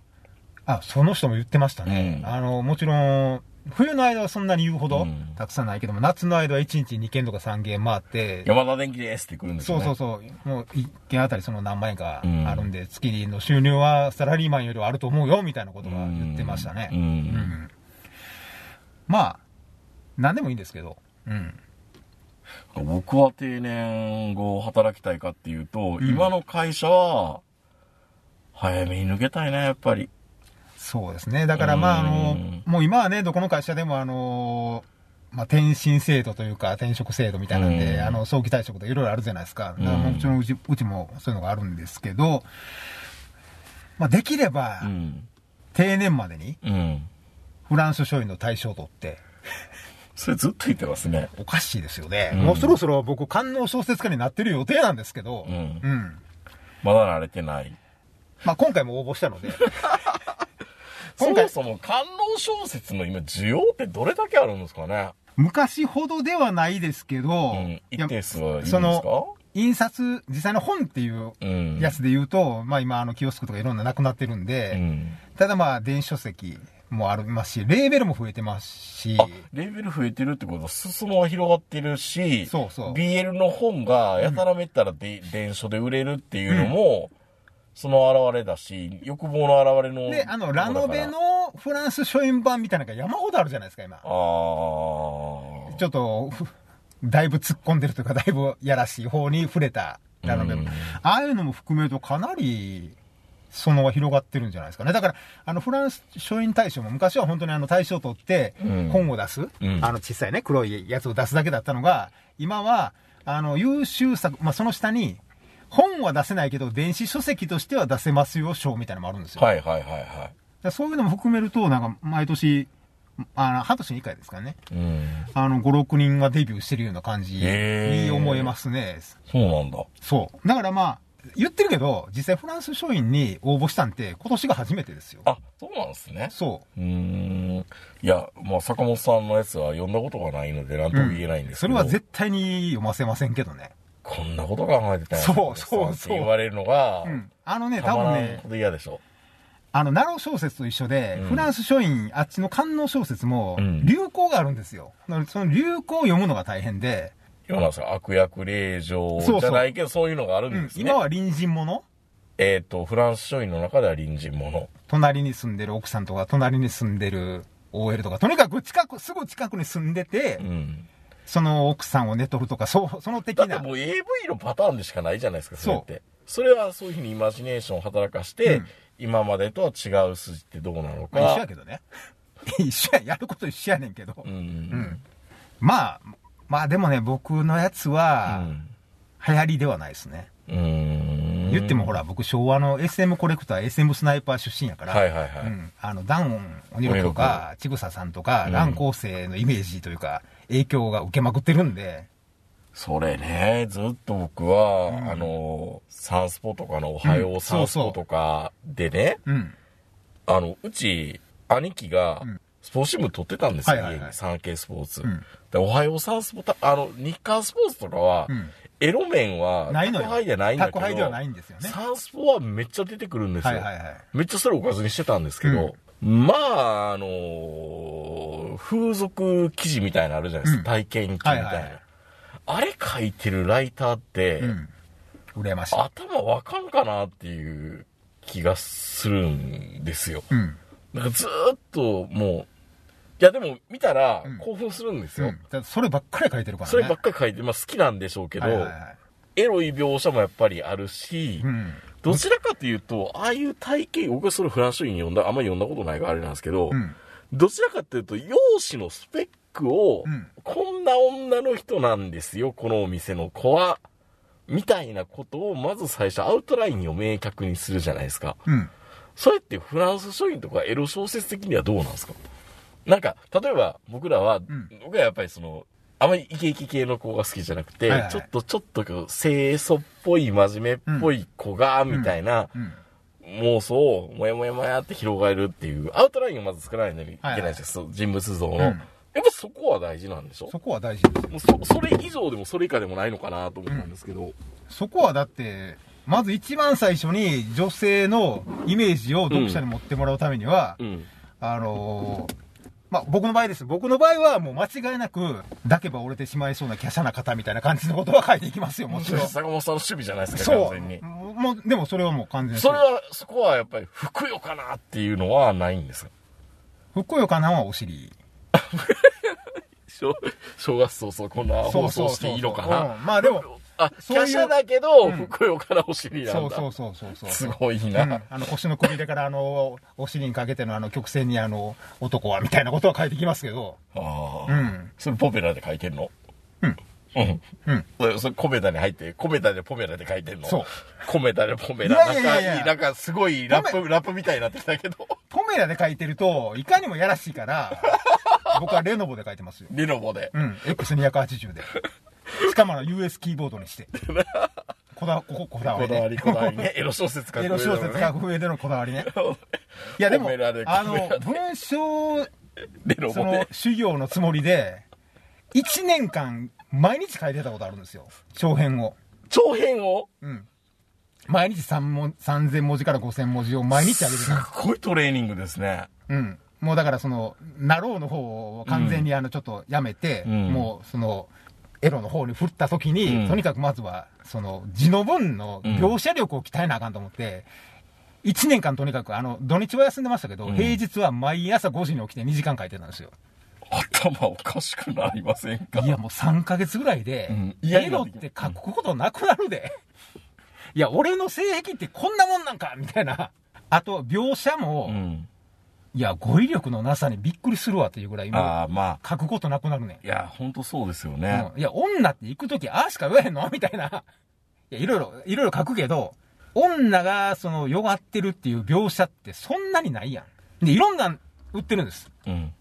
S4: あ、その人も言ってましたね。
S3: うん
S4: あの、もちろん、冬の間はそんなに言うほど、
S3: うん
S4: たくさんないけども、夏の間は1日2件とか3件回って、
S3: 山田電機ですって来るんです
S4: そ
S3: よ
S4: う
S3: ね。
S4: そう
S3: う
S4: そう、もう1件あたりその何万円か
S3: うん
S4: あるんで、月の収入はサラリーマンよりはあると思うよ、みたいなことが言ってましたね。
S3: う
S4: うん
S3: ん。
S4: まあ、何でもいいんですけど、うん。
S3: 僕は定年後働きたいかっていうと、
S4: うん
S3: 今の会社は、早めに抜けたいな、やっぱり。
S4: そうですね。だからまあ、あ
S3: う
S4: の
S3: ん、
S4: もう今はね、どこの会社でもあの、まあ、転身制度というか、転職制度みたいなん
S3: う
S4: で、
S3: ん
S4: あの、早期退職とかいろいろあるじゃないですか。
S3: うん
S4: だからもちろんうち、うちもそういうのがあるんですけど、まあ、できれば
S3: う、ん。
S4: 定年までに、
S3: うん。
S4: フランス書院の対象を取って、
S3: それずっと言ってますね。
S4: おかしいですよね。
S3: うん
S4: もうそろそろ僕、官能小説家になってる予定なんですけど
S3: う、ん
S4: う。ん。
S3: まだ慣れてない。
S4: まあ、今回も応募し
S3: *laughs*
S4: たので、
S3: そ
S4: 今
S3: も
S4: 回
S3: そも観音小説の今需要ってどれだけあるんですかね
S4: 昔ほどではないですけど
S3: う、ん。
S4: い
S3: 一
S4: や
S3: 定数はいるんです
S4: そ
S3: か
S4: の印刷、実際の本っていう
S3: うん。
S4: やつで言うと、まあ今、あの、キオスクとかいろんななくなってるん
S3: う
S4: で、
S3: ん。
S4: ただまあ、電子書籍もありますし、レーベルも増えてますし、
S3: あ、レベル増えてるってことは、裾野は広がってるし、
S4: そうそう
S3: BL の本がやたらめったらで、電書で売れるっていうのも、その現れだし、欲望の現れの。
S4: で、あの、ラノベ。のフランス書院版みたいなのが山ほどあるじゃないですか、今
S3: あ。ー
S4: ちょっと、ふだいぶ突っ込んでるというか、だいぶやらしい方に触れたラノベ
S3: うん
S4: も。ああいうのも含めるとかなり、そのは広がってるんじゃないですかね。だから、あの、フランス書院大賞も昔は本当にあの大賞を取って
S3: うん、
S4: 本を出す、
S3: ん
S4: あの小さいね、黒いやつを出すだけだったのが、今は、あの、優秀作、まあ、その下に、本は出せないけど、電子書籍としては出せますよ、賞みたいなのもあるんですよ。
S3: はいはいはいは
S4: だからそういうのも含めると、なんか、毎年、あの、半年に1回ですからね。
S3: い。うん。
S4: あの、5、6人がデビューしてるような感じ
S3: へー
S4: に思えますね。
S3: そうなんだ。
S4: そう。だからまあ、言ってるけど、実際フランス書院に応募したんって今年が初めてですよ。
S3: あ、そうなんですね。
S4: そう
S3: ーん。いや、まあ、坂本さんのやつは読んだことがないので、なん
S4: う。
S3: とも言えないんですけ
S4: それ
S3: ど、
S4: は絶対に読ませませんけどね。
S3: こんなこと考えてたんや
S4: そうそう
S3: って言われるのが、
S4: うん。あのね、
S3: た
S4: 多分
S3: まらん
S4: ね
S3: ほ、ど嫌でしょ。
S4: あの、ナロ小説と一緒で、
S3: うん
S4: フランス書院、あっちの観音小説も
S3: うん、
S4: 流行があるんですよ。だからその流行を読むのが大変で、
S3: 世の中悪役令嬢
S4: そうそう
S3: じゃないけど、そういうのがあるんですね。
S4: 今は隣人もの
S3: えっ、と、フランス書院の中では隣人もの。
S4: 隣に住んでる奥さんとか、隣に住んでる OL とか、とにかく近く、すぐ近くに住んでて、
S3: うん。
S4: その奥さんを寝取るとか、そう、その的
S3: だって
S4: な。
S3: もう AV のパターンでしかないじゃないですか、そ
S4: そう
S3: れって。それはそういうふうにイマジネーションを働かして、
S4: うん
S3: 今までとは違う筋ってどうなの
S4: まあ一緒
S3: か
S4: や。けどね。 *laughs* 一緒や、やること一緒やねんけど。
S3: うん。
S4: うんまあ、まあでもね、僕のやつ
S3: う
S4: は、
S3: ん。
S4: 流行りではないですね。
S3: うーん。うん
S4: 言ってもほら、僕昭和の SM コレクター、SM スナイパー出身やから、
S3: はいはいはい
S4: うん、あの、ダウン、鬼力とか、ちぐささんとか
S3: う、ん
S4: 乱高生のイメージというか、影響が受けまくってるんで、
S3: それね、ずっと僕は、あの、サンスポとかのおはよ
S4: う
S3: うんサンスポとかでね、
S4: うん。
S3: あの、うち、兄貴が
S4: ん、
S3: スポーツ新聞撮ってたんですよ、
S4: はいはいはい
S3: 家にサンケイスポーツ。
S4: うん
S3: で、おはようサンスポた、あの、日刊スポーツとかは、
S4: うん
S3: エロ面は、
S4: ないのよ。
S3: 宅配じゃないんだけど、
S4: 宅配ではないんですよね。
S3: サンスポはめっちゃ出てくるんですよ。
S4: はいはいはい。
S3: めっちゃそれおかずにしてたんですけど、まあ、あのー風俗記事みたいなのあるじゃないですか、
S4: うん
S3: 体験記みたいな、
S4: はいはいはい
S3: あれ書いてるライターって、
S4: うん。羨ましい。
S3: 頭わかんかなっていう気がするんですよ。
S4: うん。
S3: なんかずーっともう、いやでも見たら
S4: うん
S3: 興奮するんです
S4: う
S3: よ。
S4: ん。だそればっかり書いてるからね。
S3: そればっかり書いて、まあ好きなんでしょうけど、
S4: はいはいはい
S3: エロい描写もやっぱりあるし、
S4: うん。
S3: どちらかというと、ああいう体型、僕はそれフランス書院に読んだ、あんまり読んだことないからあれなんですけど、
S4: うん。
S3: どちらかというと、容姿のスペックを、
S4: うん
S3: こんな女の人なんですよ、このお店の子は。みたいなことを、まず最初、アウトラインを明確にするじゃないですか。
S4: うん。
S3: それってフランス書院とかエロ小説的にはどうなんですかなんか、例えば僕らは、
S4: ん
S3: 僕はやっぱりその、あまりイケイケ系の子が好きじゃなくて、
S4: はいはい
S3: ちょっとちょっとこう清楚っぽい真面目っぽい子が、みたいな
S4: うん。
S3: 妄想をもやもやもやって広がるっていう、アウトラインをまず作らないといけないですよ、そう人物像の。
S4: ん
S3: やっぱそこは大事なんでしょ
S4: そこは大事ですよ。
S3: もうそそれ以上でもそれ以下でもないのかなと思ったんですけど。
S4: そこはだって、まず一番最初に女性のイメージを読者に持ってもらうためには、
S3: うん。
S4: あのーまあ、僕の場合です。僕の場合はもう間違いなく、抱けば折れてしまいそうな華奢な方みたいな感じのことは書いていきますよ、もちろん。
S3: 坂本さんの趣味じゃないですか、
S4: そ
S3: 完全に
S4: う。。もう、でもそれはもう完全に
S3: そ
S4: そう
S3: れは、そこはやっぱり、ふくよかなっていうのはないんですよ。
S4: ふくよかなはお尻。
S3: 正正月早々こんな放送していいのか
S4: そうそうそう
S3: な
S4: そううんまあでも、
S3: あ、
S4: そうい
S3: 華
S4: う
S3: 奢だけど、
S4: うん
S3: ふくよかなお尻な
S4: そ
S3: ん
S4: う
S3: だ。
S4: そうそうそうそう。
S3: すごい
S4: うん
S3: な。
S4: あの腰のくびれからあのお尻にかけてのあの曲線にあの男はみたいなことは書いてきますけど、
S3: あ
S4: う
S3: あ。
S4: ん、
S3: それポペラで書いてんの
S4: うん。
S3: うん。
S4: うん、
S3: それ、それコメダに入って、コメダでポメラで書いてんの
S4: そう。
S3: コメダでポメラ。
S4: いやいやいやいや
S3: 仲いい、なんかすごいラッ
S4: ポ
S3: プ、ラップみたいになってきたけど。
S4: ポメラで書いてると、いかにもやらし
S3: *laughs*
S4: いから、僕はレノボで書いてますよ。
S3: レノボで。
S4: うん、X280 で。しかもあの US キーボードにして。
S3: *laughs*
S4: こだわこここだわ
S3: こ
S4: り、
S3: だわ
S4: ね
S3: り、。こだわりね。エロ小説書く
S4: *laughs* エ
S3: 上での
S4: ロ
S3: ね
S4: 小説書く上でのこだわりね。いやでも
S3: ポメラで、
S4: あ
S3: ポメ
S4: の
S3: ラ、
S4: 文章、
S3: *laughs* レノ
S4: そ
S3: ボ
S4: の
S3: で。
S4: 修行のつもりで、1年間毎日書いてたことあるんですよ。長編を。
S3: 長編を
S4: うん。毎日3も3000文字から5000文字を毎日あげて
S3: す
S4: た。
S3: ごいトレーニングですね。
S4: うん。もうだからその、なろうの方を完全にあの、ちょっとやめて、
S3: うん
S4: もうその、エロの方に振った時に、
S3: うん
S4: とにかくまずは、その、字の文の描写力を鍛えなあかんと思って、1年間とにかく、あの、土日は休んでましたけど、
S3: うん
S4: 平日は毎朝5時に起きて2時間書いてたんですよ。
S3: 頭おかしくなりませんか
S4: いや、もう3ヶ月ぐらいで、
S3: うん嫌
S4: エ
S3: にな
S4: ロ
S3: っ
S4: って
S3: きた
S4: て書くことなくなるで。いや、俺の性癖ってこんなもんなんかみたいな。あと、描写も、
S3: うん。
S4: いや、語彙力のなさにびっくりするわっていうぐらい、今、
S3: ああ、まあ、
S4: 書くことなくなるね
S3: いや、ほんとそうですよ
S4: ん。
S3: ね。
S4: うんいや、女って行くとき、ああしか言わへんのみたいな。いや、いろいろ、いろいろ書くけど、女が、その、よがってるっていう描写ってそんなにないやん。で、いろんなん売ってるんです。
S3: うん。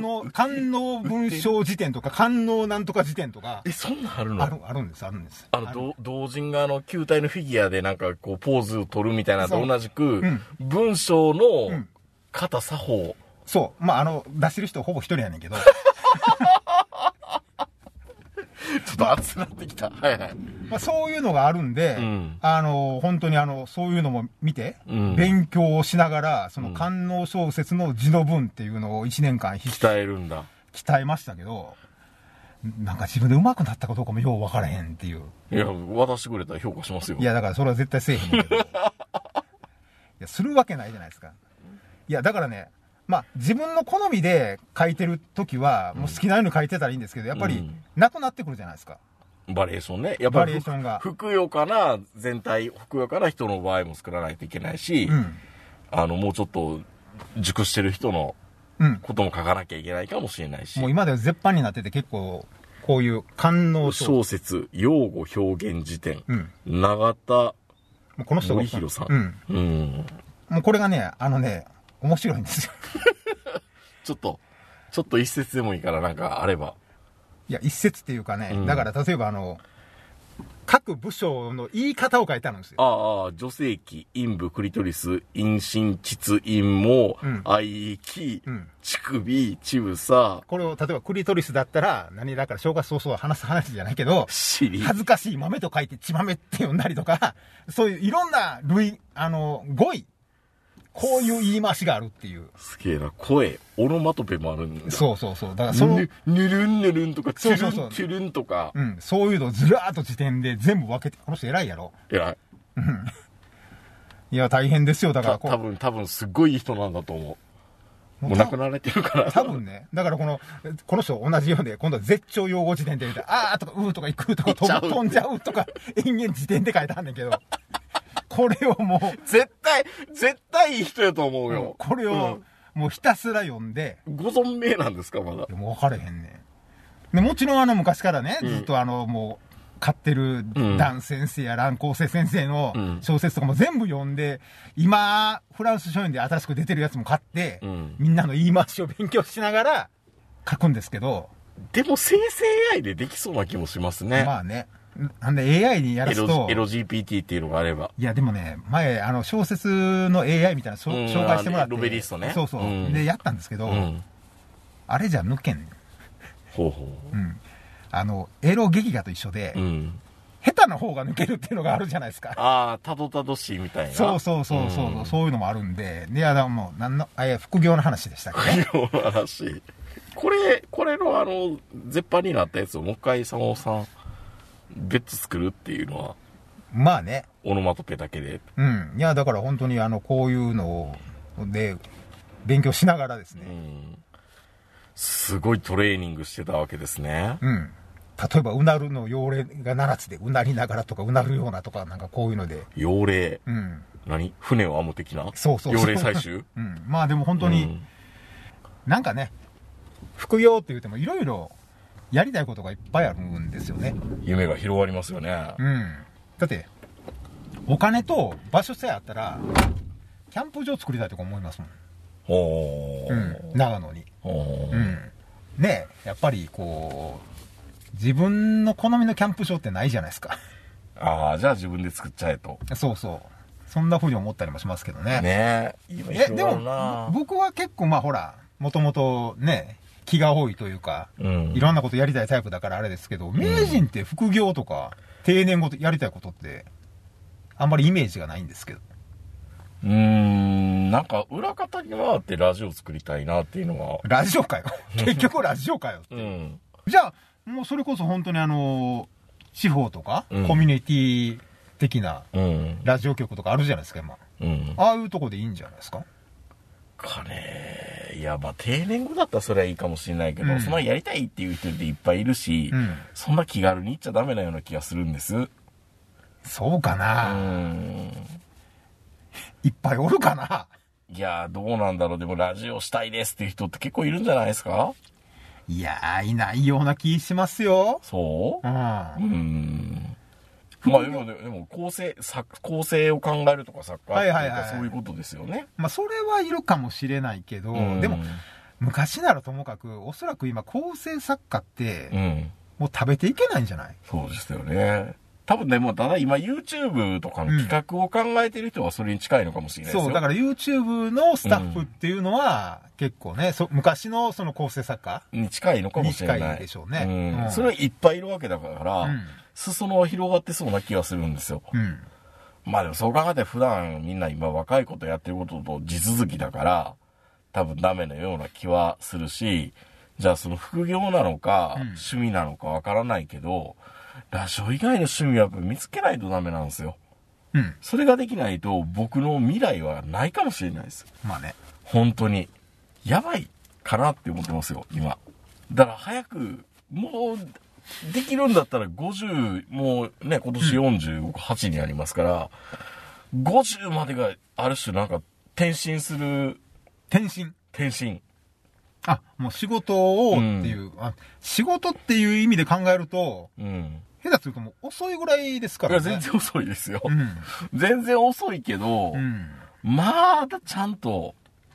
S3: *laughs*
S4: 能、官能文章辞典とか、官能なんとか辞典とか。
S3: え、そんなんあるの
S4: あ
S3: あ
S4: る
S3: の、、
S4: あるんです、あるんです。
S3: どう同人があの、球体のフィギュアでなんかこう、ポーズを取るみたいなの
S4: そ
S3: と
S4: う
S3: 同じく
S4: ん、
S3: 文章
S4: う
S3: の
S4: ん
S3: 型作法。
S4: そう。まあ、あの、出してる人ほぼ一人や
S3: *laughs*
S4: ねんけど、
S3: ちょっと熱くなってきた。はいはい。
S4: まあ、そういうのがあるんで、
S3: うん
S4: あの、本当にあの、そういうのも見て、
S3: うん
S4: 勉強をしながら、そ
S3: うん
S4: の官能小説の字の文っていうのを1年間必死
S3: 鍛えるんだ。
S4: 鍛えましたけど、なんか自分で上手くなったかどうかもよう分からへんっていう。
S3: いや、渡してくれたら評価しますよ。
S4: いや、だからそれは絶対せえへ
S3: *laughs*
S4: んねんけど。いや、するわけないじゃないですか。いや、だからね、まあ、自分の好みで書いてるときは、もう好きなように書いてたらいいんですけど、やっぱ
S3: う
S4: り
S3: ん、
S4: なくなってくるじゃないですか。
S3: バリエーションね。やっぱり
S4: バリエーションが、
S3: ふくよかな全体、ふくよかな人の場合も作らないといけないし、
S4: うん。
S3: あの、もうちょっと、熟してる人の
S4: うん。
S3: ことも書かなきゃいけないかもしれないし
S4: もう、今では絶版になってて結構、こういう官能書。
S3: 小説、用語表現辞典、
S4: うん。
S3: 永田
S4: もうこの人が。
S3: 森弘さん
S4: うん。
S3: うん。
S4: もうこれがね、あのね、面白いんですよ。 *laughs*
S3: ちょっと、ちょっと一節でもいいからなんかあれば。
S4: いや、一説っていうかね、
S3: うん
S4: だから例えばあの、各部署の言い方を書いてあるんですよ。
S3: ああ、女性器、陰部、クリトリス、陰唇、膣、陰毛
S4: うん、
S3: 愛液
S4: うん、
S3: 乳首、乳房、
S4: これを例えばクリトリスだったら、何だから正月早々話す話じゃないけど、
S3: 尻。
S4: 恥ずかしい豆と書いて血豆って呼んだりとか、 *laughs* そういういろんな類、あの、語彙、こういう言い回しがあるっていう。
S3: すげえな、声、オノマトペもあるんだ。
S4: そうそうそう。だからその
S3: ぬ、ぬるんぬるんとか、チ
S4: そう
S3: ュル
S4: そう
S3: ン
S4: そう
S3: チュルンとか、
S4: うん、そういうのをずらーっと時点で全部分けて、この人偉いやろ。
S3: いや、
S4: いや、大変ですよ。だから
S3: た
S4: こ
S3: 多
S4: う、
S3: 分多分すっごいいい人なんだと思う。もう亡くなられてるから。
S4: 多分ね、だからこの、この人同じようで、今度は絶頂用語辞典で見たら、あーとか、うーとか、行くとか、
S3: 行っちゃう
S4: 飛ぶ飛んじゃう
S3: *laughs*
S4: とか、延々辞典で書いてあんねんけど、これをもう、
S3: *laughs* 絶対、絶対いい人やと思うよ。
S4: これを、もうひたすら読んで、
S3: うん。ご存命なんですか、まだ
S4: い。やもう分かれへんねん。でもちろんあの昔からね、ずっとあのもう、買ってる
S3: うん
S4: ダン先生や蘭光生先生の
S3: うん
S4: 小説とかも全部読んで、今、フランス書院で新しく出てるやつも買って、
S3: うん
S4: みんなの言い回しを勉強しながら書くんですけど、
S3: でも生成 AI でできそうな気もしますね。
S4: まあね、なんで AI にやら
S3: エ
S4: す
S3: ロ
S4: と、
S3: エロ GPT っていうのがあれば。
S4: いやでもね、前、あの小説の AI みたいなそ
S3: うん
S4: 紹介してもらって、
S3: あのロベリストね
S4: そうそう、
S3: うん
S4: でやったんですけど、
S3: うん。
S4: あれじゃ抜けんねん、
S3: ほうほ
S4: うん、あのエロ劇画と一緒で、
S3: う。うん。
S4: 下手な方が抜けるっていうのがあるじゃないですか。
S3: ああ、たどたどしいみたいな。
S4: そうそうそうそう、
S3: ん
S4: そういうのもあるんで、で、あの、もう、なんの、あ、いや、副業の話でしたけどね。
S3: 今の話。 *laughs* これ、これのあの、絶版になったやつをもう一回、佐野さん、別作るっていうのは、
S4: まあね。
S3: オノマトペだけで。
S4: うん。いや、だから本当に、あの、こういうのを、で、勉強しながらです
S3: う
S4: ね。
S3: ん。すごいトレーニングしてたわけですね。
S4: うん。例えば、うなるの用例が7つで、うなりながらとか、うなるようなとか、なんかこういうので。
S3: 幼霊。
S4: うん。
S3: 何船を編む的な
S4: そうそう
S3: 幼霊採集
S4: *laughs* うん。まあでも本当に、
S3: うん
S4: なんかね、副業って言っても、いろいろ、やりたいことがいっぱいあるんですよね。
S3: *laughs* 夢が広がりますよね。
S4: うん。だって、お金と場所さえあったら、キャンプ場作りたいとか思いますもん。
S3: おー
S4: うん。長野に。
S3: おー
S4: うん。ねえやっぱりこう、自分の好みのキャンプ場ってないじゃないです *laughs* か。
S3: ああ、じゃあ自分で作っちゃえと。
S4: そうそう。そんな風に思ったりもしますけどね。
S3: ねえ。今
S4: え、
S3: 広
S4: で
S3: がるな
S4: も、僕は結構まあほら、もともとね、気が多いというか、
S3: うん
S4: いろんなことやりたいタイプだからあれですけど、名人って副業とか定年後やりたいことって、あんまりイメージがないんですけど。
S3: うーん、なんか裏方に回ってラジオ作りたいなっていうのは。
S4: ラジ
S3: *laughs*
S4: オかよ。結局ラジオかよ。
S3: うん。
S4: じゃあ、もうそれこそ本当にあの、地方とか、
S3: うん
S4: コミュニティ的な
S3: うん。
S4: ラジオ局とかあるじゃないですか、今。
S3: うん。
S4: ああいうとこでいいんじゃないですか。
S3: かねいや、まあ定年後だったらそれはいいかもしれないけど、
S4: うん
S3: そんなやりたいっていう人っていっぱいいるし、
S4: うん
S3: そんな気軽に言っちゃダメなような気がするんです。う
S4: そうかな、
S3: ん。
S4: いっぱいおるかない
S3: やー、どうなんだろう。でもラジオしたいですっていう人って結構いるんじゃないですか
S4: いやー、いないような気しますよ。
S3: そう
S4: うん。は
S3: うん。まあ、でも、でも、構成、作、構成を考えるとか、作家っていう
S4: はいはい
S3: か
S4: はい
S3: そういうことですよね。
S4: まあ、それはいるかもしれないけど、
S3: うん
S4: でも、昔ならともかく、おそらく今、構成作家って、
S3: うん。
S4: もう食べていけないんじゃない
S3: そうですよね。多分ね、もう、ただ今 YouTube とかの企画を考えてる人はそれに近いのかもしれないですよ。
S4: そう、だから YouTube のスタッフっていうのは、結構ね、そ昔のその構成作家
S3: に近いのかもしれない。
S4: に近いでしょうね
S3: ん
S4: うん
S3: それはいっぱいいるわけだから、
S4: うん
S3: 裾野は広がってそうな気がするんですよ。
S4: うん。
S3: まあでもそう考えて普段みんな今若いことやってることと地続きだから多分ダメのような気はするし、じゃあその副業なのか
S4: うん
S3: 趣味なのかわからないけど、ラジオ以外の趣味はやっぱ見つけないとダメなんですよ。
S4: うん。
S3: それができないと僕の未来はないかもしれないです。
S4: まあね。
S3: 本当に。やばいかなって思ってますよ、今。だから早く、もう、できるんだったら50、もうね、今年48になりますから、50までがある種なんか転身する、
S4: 転身。
S3: 転身。
S4: あ、もう仕事をっていう、あ仕事っていう意味で考えると、
S3: うん。
S4: 下下手するともう遅いぐらいですか
S3: い
S4: ら
S3: や、
S4: ね。
S3: 全然遅いですよ。
S4: う
S3: 全然遅いけど、
S4: ん。うん。
S3: まだちゃんと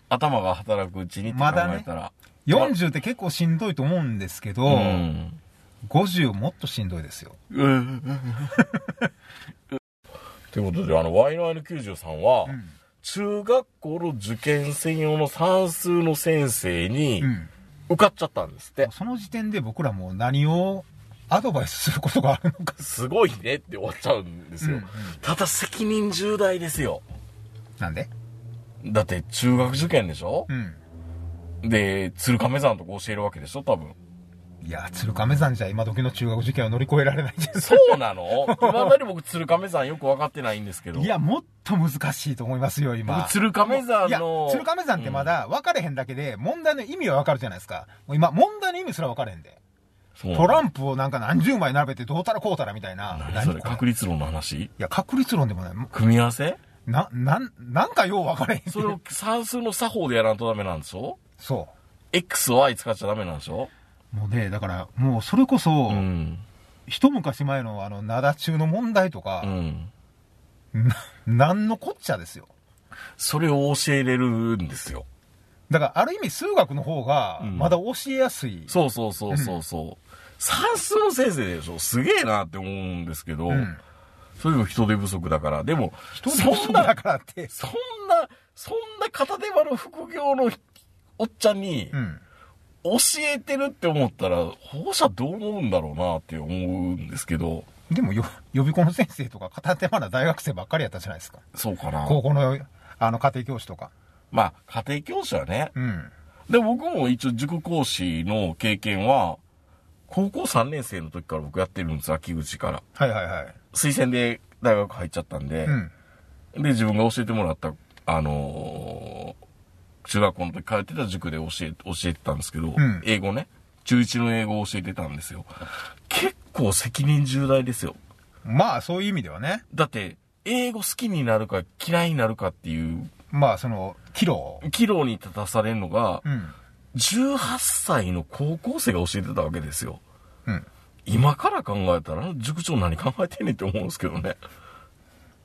S3: 頭が働くうちにって考
S4: まだね
S3: えたら、
S4: 40って結構しんどいと思うんですけど、
S3: うん。
S4: 50もっとしんどいですよ。
S3: *laughs* ということで、あの、ワイワイの93は、
S4: うん。
S3: 中学校の受験専用の算数の先生に
S4: うん。
S3: 受かっちゃったんですって。
S4: その時点で僕らもう何をアドバイスすることがあるのか。
S3: すごいねって終わっちゃうんですよ。
S4: うんうん
S3: ただ責任重大ですよ。
S4: なんで
S3: だって中学受験でしょ、
S4: うん。
S3: で、鶴亀山とか教えるわけでしょ多
S4: *laughs*
S3: 分。
S4: いや、鶴亀山じゃ今時の中学受験は乗り越えられないです。
S3: そうなの未だに僕鶴亀山よく分かってないんですけど。
S4: いや、もっと難しいと思いますよ、今。
S3: 僕鶴亀山の
S4: いや、鶴亀山ってまだ分かれへんだけで、問題の意味は分かるじゃないですか。もう今、問題の意味すら分かれへんで。
S3: そう
S4: トランプをなんか何十枚並べてどうたらこうたらみたいな。
S3: 何それ
S4: これ
S3: 確率論の話
S4: いや、確率論でもない。
S3: 組み合わせ
S4: な、なん、なんかよう分かれへん。
S3: それを算数の作法でやらんとダメなんでしょ
S4: そ
S3: ?XY 使っちゃダメなんでしょ
S4: う。もうね、だから、もうそれこそ、
S3: うん。
S4: 一昔前のあの、灘中の問題と
S3: う
S4: か、
S3: ん。
S4: ななんのこっちゃですよ。
S3: それを教えれるんですよ。
S4: だから、ある意味数学の方が、
S3: うん
S4: まだ教えやすい。
S3: そうそうそうそうそう。算数の先生でしょすげえなって思うんですけど、
S4: うん
S3: それでも人手不足だから。でも、
S4: 人手不
S3: そん
S4: 足
S3: な
S4: だ、からって。
S3: そんな、そんな片手間の副業のおっちゃんに
S4: う、ん。
S3: 教えてるって思ったら、保護者どう思うんだろうなって思うんですけど、
S4: でもよ、予備校の先生とか、片手間な大学生ばっかりやったじゃないですか。
S3: そうかな。
S4: 高校の、あの、家庭教師とか。
S3: まあ、家庭教師はね。
S4: うん。
S3: で、僕も一応塾講師の経験は、高校3年生の時から僕やってるんです、秋口から。
S4: はいはいはい。
S3: 推薦で大学入っちゃったんで、
S4: うん。
S3: で、自分が教えてもらった、あのー中学校の時通ってた塾で教え、教えてたんですけど、
S4: ん
S3: 英語ね。中1の英語を教えてたんですよ。結構責任重大ですよ。
S4: まあ、そういう意味ではね。
S3: だって、英語好きになるか嫌いになるかっていう、
S4: まあ、その、岐路を。
S3: 岐路に立たされるのが、
S4: うん。
S3: 18歳の高校生が教えてたわけですよ。
S4: うん。
S3: 今から考えたら、塾長何考えてんねんって思うんですけどね。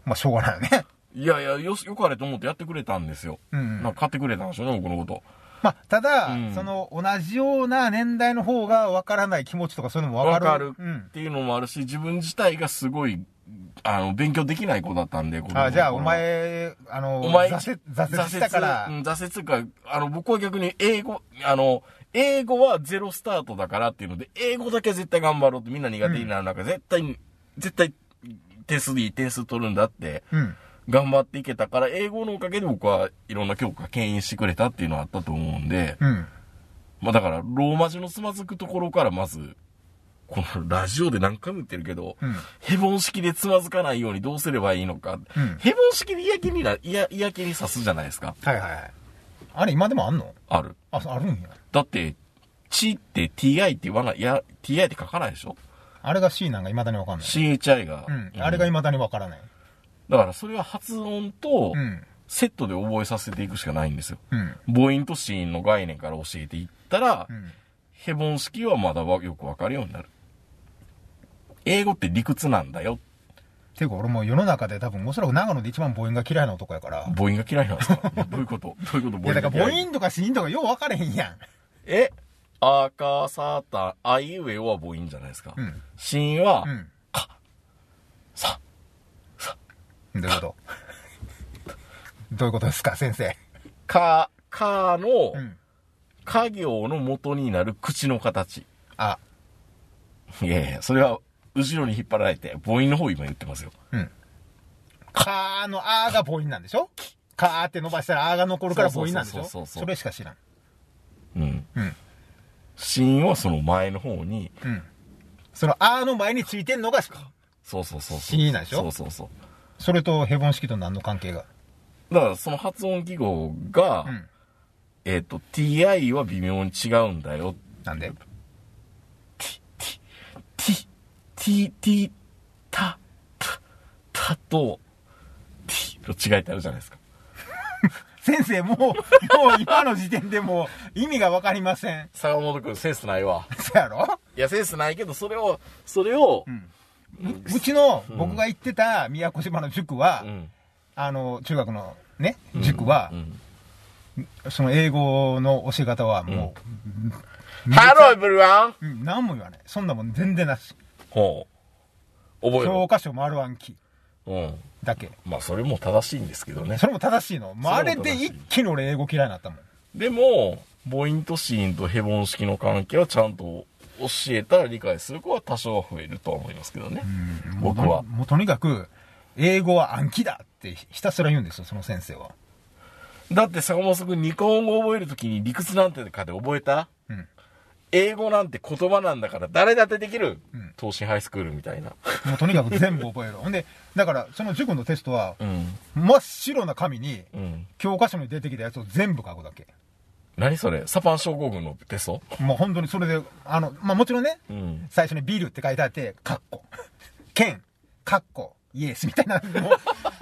S4: まあ、しょうがないよね。 *laughs*
S3: いやいや、よ、よかれと思ってやってくれたんですよ。
S4: うん
S3: なんか買ってくれたんでしょうね、僕のこと。
S4: まあ、ただ、
S3: うん
S4: その、同じような年代の方が分からない気持ちとかそういうのも分か
S3: わ
S4: る。
S3: かる
S4: う
S3: っ
S4: ん。
S3: ていうのもあるし、自分自体がすごい、あの、勉強できない子だったんで、子供の頃
S4: あ、じゃあ、お、前、あの、
S3: お前、
S4: 挫折、挫折したから
S3: 挫折、うん、挫折っていうか、あの、僕は逆に英語、あの、英語はゼロスタートだからっていうので、英語だけは絶対頑張ろうってみんな苦手になる中、絶対に、絶対、点数でいい点数取るんだって、
S4: うん。
S3: 頑張っていけたから、英語のおかげで僕はいろんな教科牽引してくれたっていうのはあったと思うんで、
S4: うん。
S3: まあだから、ローマ字のつまずくところからまず、このラジオで何回も言ってるけど、
S4: うん
S3: ヘボン式でつまずかないようにどうすればいいのか。
S4: うん
S3: ヘボン式で嫌気にな、嫌、嫌気にさすじゃないですか。
S4: はいはいはい。あれ、今でもあんの
S3: ある。
S4: あ、そうあるんや。
S3: だって、ちって ti って言わない、いや、ti って書かないでしょ
S4: あれが C なんか未だに分かんない。
S3: ?chi が。
S4: うん。あれが
S3: うん
S4: 未だに分からない。
S3: だからそれは発音と
S4: うん。
S3: セットで覚えさせていくしかないんですよ。
S4: うん。
S3: 母音と子音の概念から教えていったら、
S4: うん。
S3: ヘボン式はまだわよくわかるようになる。英語って理屈なんだよ。
S4: ていうか俺もう世の中で多分おそらく長野で一番母音が嫌いな男やから。
S3: 母音が嫌いなんですか *laughs* どういうことどういうこと
S4: いやだ
S3: が
S4: から母
S3: 嫌い
S4: 音とか子音とかよう分かれへんや
S3: えあかさた、あいうえおは母音じゃないですか。
S4: うん
S3: 子音は、
S4: ん。うん。
S3: さ、
S4: どういうこと *laughs* どういうことですか先生。
S3: か、かの、
S4: うん。
S3: 家行の元になる口の形。
S4: あ、
S3: いやいや、それは、後ろに引っ張られて、母音の方今言ってますよ。
S4: うん。かーのあーが母音なんでしょかーって伸ばしたらあーが残るから母音なんでしょ
S3: そうそうそうそうそう
S4: それしか知らん。
S3: うん。
S4: うん。
S3: 子音はその前の方に、
S4: うん。そのあーの前についてんのが、
S3: そうそうそうそう。
S4: 子音なんでしょ
S3: そうそうそう。
S4: それとヘボン式と何の関係が。
S3: だからその発音記号が、
S4: うん。
S3: えっ、と、ti は微妙に違うんだよ。
S4: なんで
S3: t, t, t, た、た、たと、t の違いってあるじゃないですか。
S4: 先生、 *laughs* もう、もう今の時点でもう意味がわかりませ
S3: *laughs*
S4: ん。
S3: 坂本くんセンスないわ。
S4: *laughs* そやろ
S3: いや、センスないけど、それを、それを、
S4: んううちの僕が行ってた宮古島の塾は、
S3: うん
S4: あの、中学のね、塾は
S3: う、ん
S4: その英語の教え方はもう、
S3: ハローエブリワン
S4: ーうん、何も言わない。そんなもん全然なし。
S3: ほう覚え
S4: 教
S3: ろ
S4: 科書丸暗記
S3: うん
S4: だけ。
S3: まあそれも正しいんですけどね
S4: それも正しいの。まあ、あれで一気に俺英語嫌いになったもん。
S3: でも母音と子音とヘボン式の関係はちゃんと教えたら理解する子は多少は増えるとは思いますけどね僕は
S4: もうとにかく、英語は暗記だってひたすら言うんですよ、その先生は。
S3: だって坂本君日本語を覚えるときに理屈なんてかで覚えた、
S4: ん
S3: 英語なんて言葉なんだから誰だってできる、東進ハイスクールみたいな
S4: もうとにかく全部覚える。ほんで、だからその塾のテストは
S3: う、ん
S4: 真っ白な紙に、
S3: うん
S4: 教科書に出てきたやつを全部書くだけ。
S3: 何それサパン症候群のテスト
S4: もう本当にそれで、あの、まあ、もちろんね、
S3: うん
S4: 最初にビールって書いてあって、カッコ。ケン、カッコ、イエスみたいな、も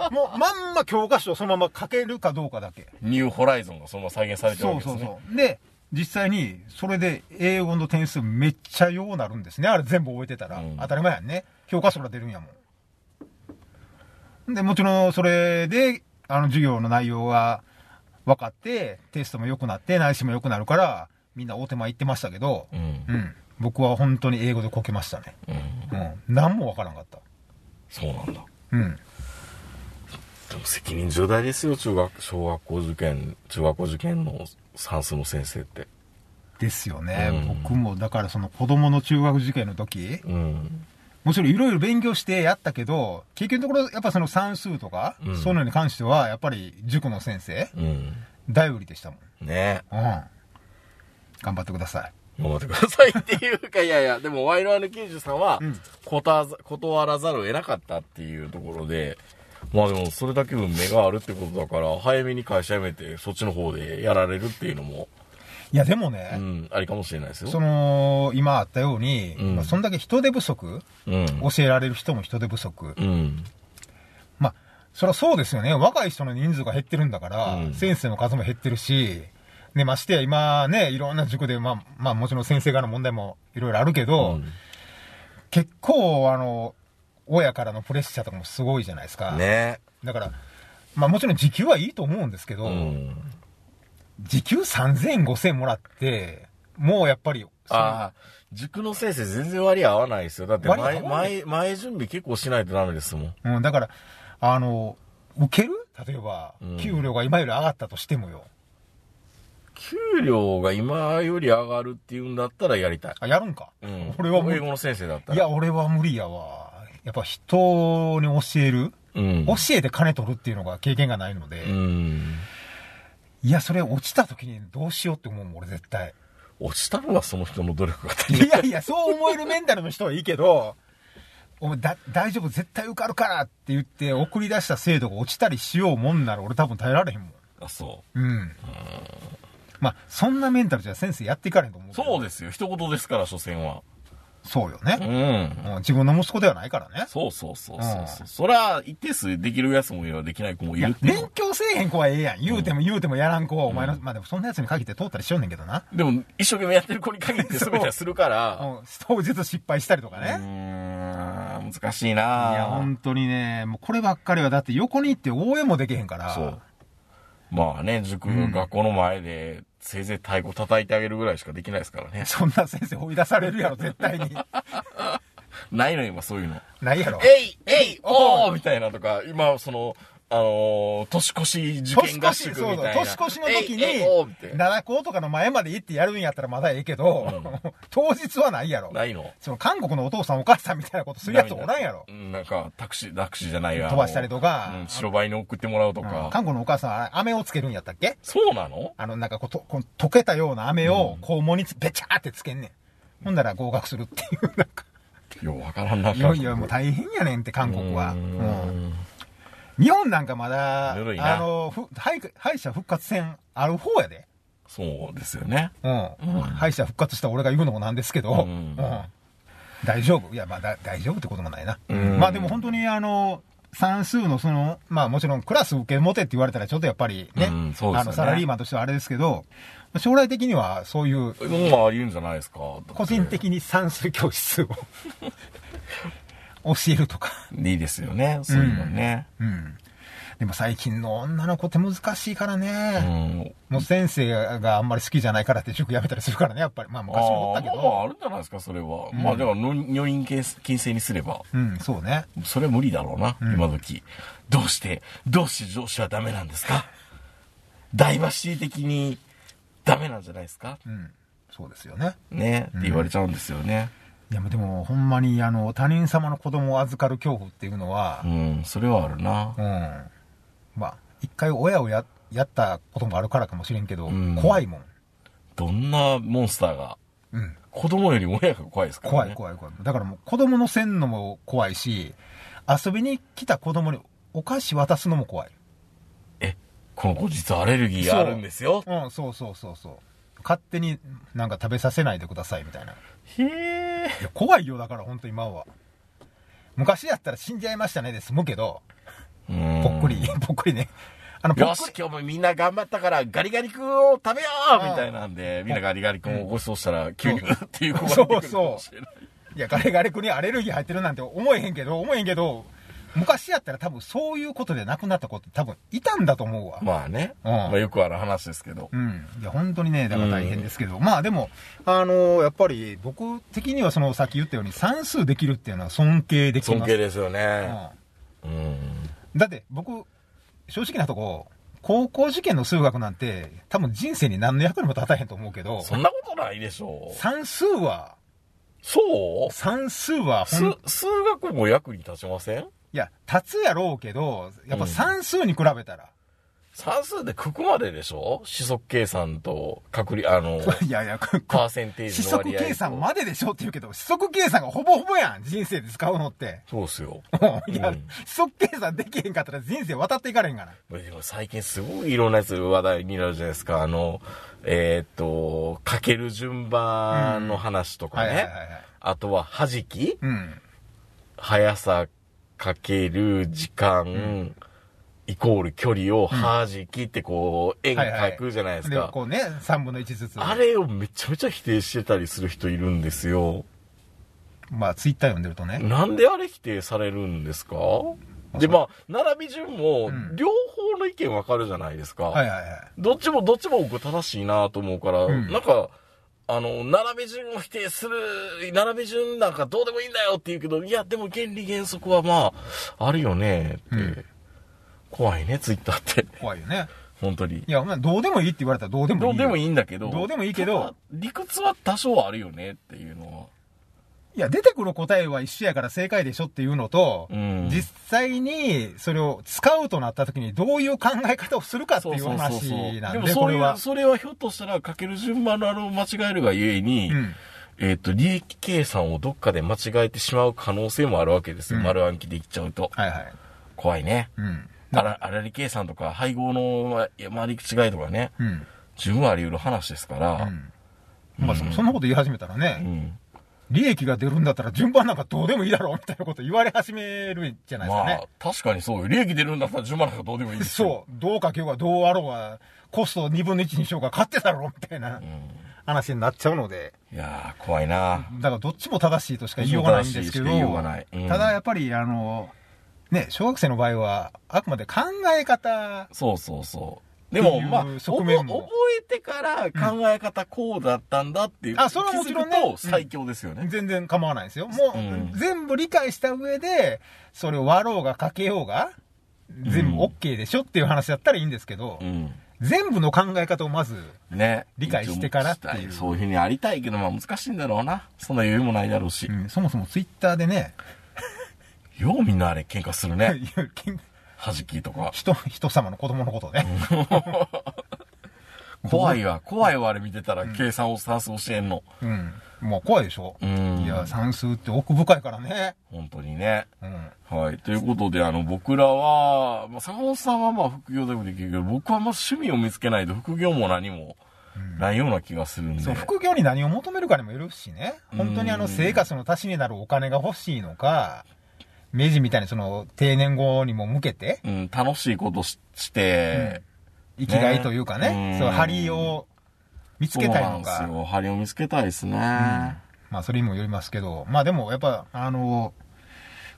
S4: う、もうまんま教科書をそのまま書けるかどうかだけ。
S3: ニューホライゾンがそのまま再現されてるわ
S4: そ
S3: け
S4: う
S3: です
S4: そ
S3: ね
S4: うそう。で、実際に、それで英語の点数めっちゃようなるんですね。あれ全部覚えてたら。
S3: うん
S4: 当たり前やんね。教科書から出るんやもん。で、もちろんそれで、あの授業の内容が分かって、テストも良くなって、内視も良くなるから、みんな大手前行ってましたけど、
S3: うん
S4: うん。僕は本当に英語でこけましたね。
S3: うん
S4: うん。何もわからんかった。
S3: そうなんだ
S4: うん。
S3: でも責任重大ですよ中学小学校受験中学校受験の算数の先生って
S4: ですよね。
S3: うん
S4: 僕も、だからその子供の中学受験の時、
S3: うん
S4: もちろんいろいろ勉強してやったけど、結局のところ、やっぱその算数とか、
S3: うん
S4: そういうのに関しては、やっぱり塾の先生、
S3: うん
S4: 頼りでしたもん。
S3: ねえ
S4: うん。頑張ってください。
S3: 頑張ってくださいっていうか、いやいや、でも、ワイルアル90さんは
S4: うん、
S3: 断ざ断らざるを得なかったっていうところで、まあでも、それだけ運命があるってことだから、早めに会社辞めて、そっちの方でやられるっていうのも、
S4: いや、でも
S3: う
S4: ね、
S3: ん、ありかもしれないですよ。
S4: その、今あったように、
S3: うん
S4: まあ、そんだけ人手不足、
S3: うん。
S4: 教えられる人も人手不足。
S3: うん。
S4: まあ、そりゃそうですよね。若い人の人数が減ってるんだから、
S3: うん
S4: 先生の数も減ってるし、ね、ましてや今ね、いろんな塾で、まあ、まあもちろん先生側の問題もいろいろあるけど、結構あの、親からのプレッシャーとかもすごいじゃないですか。
S3: ね
S4: だから、まあもちろん時給はいいと思うんですけど、
S3: うん。
S4: 時給3000円、5000円もらって、もうやっぱり、
S3: ああ、塾の先生全然割合合わないですよ。だって
S4: 割合
S3: 前、
S4: 合わない
S3: 前、前準備結構しないとダメですもん。
S4: そのうん、だから、あの、受ける例えば
S3: うん、
S4: 給料が今より上がったとしてもよ。
S3: 給料が今より上がるっていうんだったらやりたい。
S4: あ、やるんか、
S3: うん。
S4: 俺はもう
S3: 英語の先生だったら。
S4: いや、俺は無理やわ。やっぱ人に教える、
S3: うん。
S4: 教えて金取るっていうのが経験がないので、
S3: うん。
S4: いや、それ落ちた時にどうしようって思うもん、俺絶対。
S3: 落ちたのはその人の努力が足りない
S4: *laughs* いやいや、そう思えるメンタルの人はいいけど、お前だ、大丈夫、絶対受かるからって言って送り出した制度が落ちたりしようもんなら俺多分耐えられへんもん。
S3: あ、そ
S4: うん。まあ、そんなメンタルじゃ先生やっていかれへんと思う
S3: う。
S4: けど。
S3: そうですよ。一言ですから、所詮は。
S4: そうよ
S3: う
S4: ね、
S3: ん。
S4: うん。自分の息子ではないからね。
S3: そうそうそう
S4: う
S3: そうんそう。そりゃ、一定数できるやつもいればできない子もい
S4: い
S3: る
S4: や
S3: っ、ていうの
S4: 勉強せえへん子はええやん。言うても言うてもやらん子はお前の、まあでもそんなやつに限って通ったりしようねんけどな。
S3: でも、一生懸命やってる子に限って全てはするから。
S4: うん当日失敗したりとか
S3: うー
S4: ね。
S3: ん、難しい
S4: い
S3: なぁ
S4: や、本当にね、もうこればっかりはだって横に行って応援もできへんから。
S3: そう。まあね、塾、
S4: ん
S3: 学校の前で、せいぜい太鼓叩いてあげるぐらいしかできないですからね。 *laughs*
S4: そんな先生追い出されるやろ、絶対に。
S3: ないの、今、そういうの。
S4: ないやろ。
S3: えい、えい、おーみたいなとか、今、その、あのー年越し受験
S4: 年
S3: 合
S4: 越し、
S3: 宿
S4: そう
S3: み
S4: だ
S3: たいな。
S4: 年越しの時
S3: えいえいおーみた
S4: に、
S3: いな
S4: 七校とかの前まで行ってやるんやったらまだええけど、 *laughs* 当日はないやろ。
S3: ないの
S4: その韓国のお父さんお母さんみたいなことするやつおらんやろ
S3: う。んなんか、タクシー、タクシーじゃないや。
S4: 飛ばしたりとか
S3: うん白バイに送ってもらうと
S4: うん
S3: か。
S4: 韓国のお母さんあれ、飴をつけるんやったっけ
S3: そうなの
S4: あの、なんかこうと、こう溶けたような飴を肛門につべちゃーってつけんねん。ほんだら合格するっていう、なんか。
S3: ようわからんな。
S4: いやいや、もう大変やねんって、韓国は。うん日本なんかまだ、あ
S3: ぬるいな
S4: の、ふ敗敗者復活戦ある方やで。
S3: そうですよね。
S4: うん。敗者復活した俺が言うのもなんですけど、
S3: う
S4: うんん大丈夫いや、まあだ大丈夫ってこともないな。
S3: ん
S4: まあでも本当にあの、算数のその、まあもちろんクラス受け持てって言われたらちょっとやっぱりね、
S3: うんそうですよね
S4: あの、サラリーマンとしてはあれですけど、将来的にはそういう
S3: もうありえんじゃないですか。
S4: 個人的に算数教室を *laughs* 教えるとか。
S3: いいですよね、そういうのね。
S4: うん。でも最近の女の子って難しいから
S3: う
S4: ね。
S3: ん。
S4: もう先生があんまり好きじゃないからって塾辞めたりするからね、やっぱり。まあ昔も思ったけ
S3: あーまあまあ、あ
S4: ど。
S3: るんじゃないですか、それは。まあ、だから、の女人禁禁制にすれば、
S4: うん、そうね。
S3: それは無理だろうな、今時。どうして、どうして上司はダメなんですかダイバーシティ的にダメなんじゃないですか
S4: うん。そうですよね。
S3: ね、って言われちゃうんですよね。
S4: いや、でもほんまに、あの、他人様の子供を預かる恐怖っていうのは
S3: う、ん、それはあるな
S4: う。ん。まあ、一回親をや、やったこともあるからかもしれんけど、
S3: うん
S4: 怖いもん。
S3: どんなモンスターが、
S4: うん。
S3: 子供よりも親が怖いですからね。
S4: 怖い怖い怖い。だからもう子供のせんのも怖いし、遊びに来た子供にお菓子渡すのも怖い。
S3: え、この子実はアレルギーがあるんですよ。
S4: うん、そうそうそうそう。勝手になんか食べさせないでくださいみたいな。い
S3: へえ。
S4: や、怖いよだから本当今は。昔やったら死んじゃいましたねで済むけど、ぽっくり、 *laughs* ぽっくりね。あの、ぽ
S3: よ
S4: っ
S3: し
S4: くり、
S3: 今日もみんな頑張ったからガリガリ君を食べよう
S4: うん
S3: みたいなんで、みんなガリガリ君をごちそうしたら、急にう
S4: そう
S3: っっていう子が出てくるかもしれない。
S4: いや、ガレガレ君にアレルギー入ってるなんて思えへんけど、思えへんけど、昔やったら多分そういうことで亡くなった子って多分いたんだと思うわ。
S3: まあね。
S4: うん
S3: まあよくある話ですけど。
S4: うん。いや、本当にね、だから大変ですけど。まあでも、あのやっぱり僕的にはその、さっき言ったように算数できるっていうのは尊敬できます。
S3: 尊敬ですよね。
S4: う
S3: うん。
S4: ん。だって僕、正直なとこ、高校受験の数学なんて、多分人生に何の役にも立たへんと思うけど、
S3: そんなことないでしょう。
S4: 算数は、
S3: そう
S4: 算数はほ
S3: す
S4: ん、い
S3: 数学も役に立ちません
S4: や、立つやろうけど、やっぱ算数に比べたら、
S3: 算数でここまででしょ四則計算と、確率、あ
S4: *laughs*
S3: の、
S4: いやいや、こ
S3: パーセンテー
S4: 四
S3: ジの
S4: 則
S3: 割合と。
S4: 計算まででしょって言うけど、四則計算がほぼほぼやん、人生で使うのって。
S3: そうですよ。
S4: うんいや
S3: うん、
S4: 四則計算できへんかったら人生渡っていかれへんから。
S3: でも最近すごいいろんなやつ話題になるじゃないですか。あの、えーっと、かける順番の話とか
S4: はいはい
S3: ね
S4: はい。はい。
S3: あとは、はじき
S4: うん。
S3: 速さかける時間、イコール距離をはじきってこう、円
S4: はいはい
S3: 描くじゃないです
S4: で、
S3: か。
S4: こうね、3分の1ずつ。
S3: あれをめちゃめちゃ否定してたりする人いるんですよ。
S4: まあ、ツイッター読んでるとね。
S3: なんであれ否定されるんですかで、まあ、並び順も
S4: ん、
S3: 両方の意見わかるじゃないですか。
S4: はいはいはい。
S3: どっちもどっちも僕正しいなと思うから、
S4: うん
S3: なんか、あの、並び順を否定する、並び順なんかどうでもいいんだよって言うけど、いや、でも原理原則はまあ、あるよねって。
S4: うん
S3: 怖いね、ツイッターって。 *laughs*
S4: 怖いよね。
S3: 本当に
S4: い。や、まあ、どうでもいいって言われたらどうでもい
S3: ど
S4: い。
S3: うでも
S4: い
S3: い
S4: い。
S3: いんだけど。
S4: どうでもいいけど
S3: ただ。理屈は多少はあるよねっていうのは。
S4: いや、出てくる答えは一緒やから正解でしょっていうのと、
S3: うん
S4: 実際にそれを使うとなった時にどういう考え方をするかっていう話な
S3: で
S4: ん
S3: も
S4: で、
S3: そ
S4: こ
S3: れ
S4: れ
S3: は、
S4: は。
S3: それはひょっとしたら、かける順番のあれを間違えるがゆえに、
S4: うん。
S3: えっ、と、利益計算をどっかで間違えてしまう可能性もあるわけですよ。
S4: うん
S3: 丸暗記できちゃうと。
S4: はいはい。
S3: 怖いね。
S4: うん。
S3: あら、あらり計算とか、配合のま回り違いとかね、
S4: うん。
S3: 十分あり得る話ですから、
S4: うん。まあ、そそんなこと言い始めたらね、
S3: うん。
S4: 利益が出るんだったら順番なんかどうでもいいだろうみたいなこと言われ始めるじゃないです
S3: ま
S4: かね。
S3: あ、確かにそうよ。利益出るんだったら順番なんかどうでもいいですよ。
S4: そう。どうかけようがどうあろうが、コストを2分の1にしようが勝手だろうみたいな話になっちゃうので、
S3: いやー、怖いな
S4: だからどっちも正しいとしか言いようがないんですけ
S3: どっちも正しいし
S4: ど、
S3: か言いようがないうん
S4: ただやっぱり、あの、ね、小学生の場合は、あくまで考え方、
S3: そうそうそう。でも、
S4: っていう
S3: まあ、
S4: 側
S3: 覚え
S4: 面も
S3: 覚えてから考え方こうだったんだっていう。
S4: あそれはもちろんね
S3: 気づくと最強ですよね。
S4: 全然構わないんですよ。もう、
S3: うん
S4: 全部理解した上で、それを割ろうがかけようが、全部
S3: うん
S4: OK でしょっていう話だったらいいんですけど、
S3: うん
S4: 全部の考え方をまず、
S3: ね。
S4: 理解してからってい
S3: 一
S4: う
S3: 応そういうふうにありたいけど、まあ難しいんだろうな。そんな余裕もないだろうし。
S4: うんそもそもツイッターでね、
S3: ようみんなあれ喧嘩するね。弾きとか。
S4: *laughs* 人、人様の子供のことね。
S3: 怖いわ、怖いわ、あれ見てたら、計算を算数教えんの。
S4: うん。もう怖いでしょ。
S3: うん。
S4: いや、算数って奥深いからね。
S3: 本当にね。
S4: うん。
S3: はい。ということで、あの、僕らは、まあ、坂本さんはまあ副業でもできるけど、僕はまあ趣味を見つけないと副業も何もないような気がするんで。
S4: そう、副業に何を求めるかにもよるしね。本当にあ
S3: う
S4: の、
S3: ん
S4: 生活の足しになるお金が欲しいのか、明治みたいにその、定年後にも向けて、
S3: うん、楽しいことしして、
S4: 生きがいというか
S3: ね
S4: ね、
S3: うん
S4: そう、張りを見つけた
S3: そ
S4: いの
S3: うなんです
S4: か。
S3: よ。針を見つけたいですね。
S4: まあ、それにもよりますけど、まあでも、やっぱ、あの、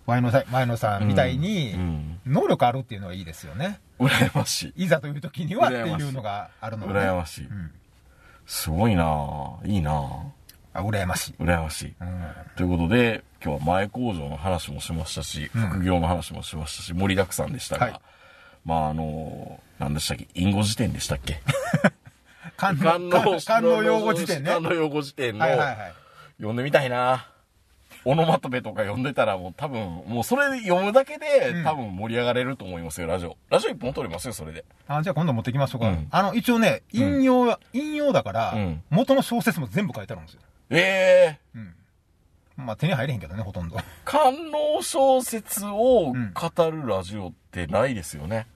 S4: 前野さん、前野さんみたいに
S3: うんうん、
S4: 能力あるっていうのはいいですよね。
S3: 羨ましい。
S4: いざという時にはって
S3: 羨ましい
S4: いうのがあるので、ね。
S3: 羨ましい。
S4: うん。
S3: すごいなぁ。いいなぁ。
S4: あ、羨ましい。
S3: 羨ましい。
S4: うん。
S3: *laughs* ということで、今日は前工場の話もしましたし、
S4: うん
S3: 副業の話もしましたし、盛りだくさんでしたが、
S4: はい
S3: まああのー、何でしたっけ、隠語辞典でしたっ
S4: *laughs*
S3: け
S4: 官
S3: 官
S4: 能、
S3: 能
S4: 官官能用語辞典ね。は
S3: 官
S4: い
S3: 能用語辞典の、
S4: はいはい。
S3: 読んでみたいな。オノマトペとか読んでたらもう多分、もうそれで読むだけで、
S4: うん
S3: 多分盛り上がれると思いますよ、ラジオ。ラジオ一本撮れますよ、それで。
S4: あ、じゃあ今度持ってきましょうか。
S3: うん
S4: あの、一応ね、引用、引用だから、
S3: うん
S4: 元の小説も全部書いてあるんですよ。
S3: ええ
S4: まあ手に入れへんけどね、ほとんど。 *laughs*
S3: 官能小説を語るラジオってないですよね。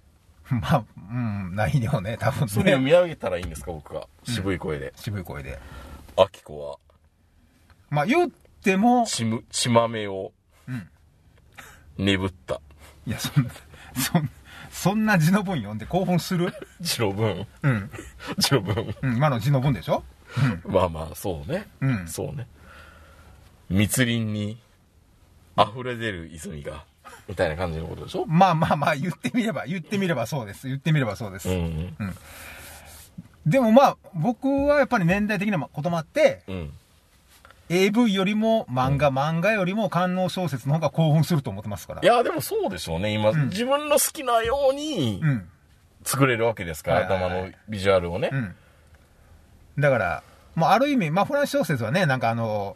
S4: まあ、うん、ないよね、多分
S3: それ読
S4: ね。
S3: み上げたらいいんですか、僕が。渋い声で。
S4: 渋い声で。
S3: アキコは、
S4: まあ言っても、
S3: ちむ、ちまめを、
S4: うん
S3: ねぶった。
S4: いや、そんな、そん、そんな字の文読んで興奮する
S3: ジロブン。
S4: うん。
S3: ジロブン。
S4: うん、今の字の文でしょ
S3: まあまあ、そうね。
S4: うん
S3: そうね。密林に溢れ出る泉が、みたいな感じのことでしょ
S4: まあまあまあ言ってみれば、言ってみればそうです。言ってみればそうです。
S3: うん。
S4: でもまあ、僕はやっぱり年代的なこともあって、
S3: うん。
S4: AV よりも漫画、漫画よりも官能小説の方が興奮すると思ってますから
S3: い。や、でもそうでしょうね。今、
S4: ん
S3: 自分の好きなように
S4: うん。
S3: 作れるわけですから、
S4: はいはいはい
S3: 頭のビジュアルをね。
S4: うん。だから、まあある意味、まあフランス小説はね、なんかあの、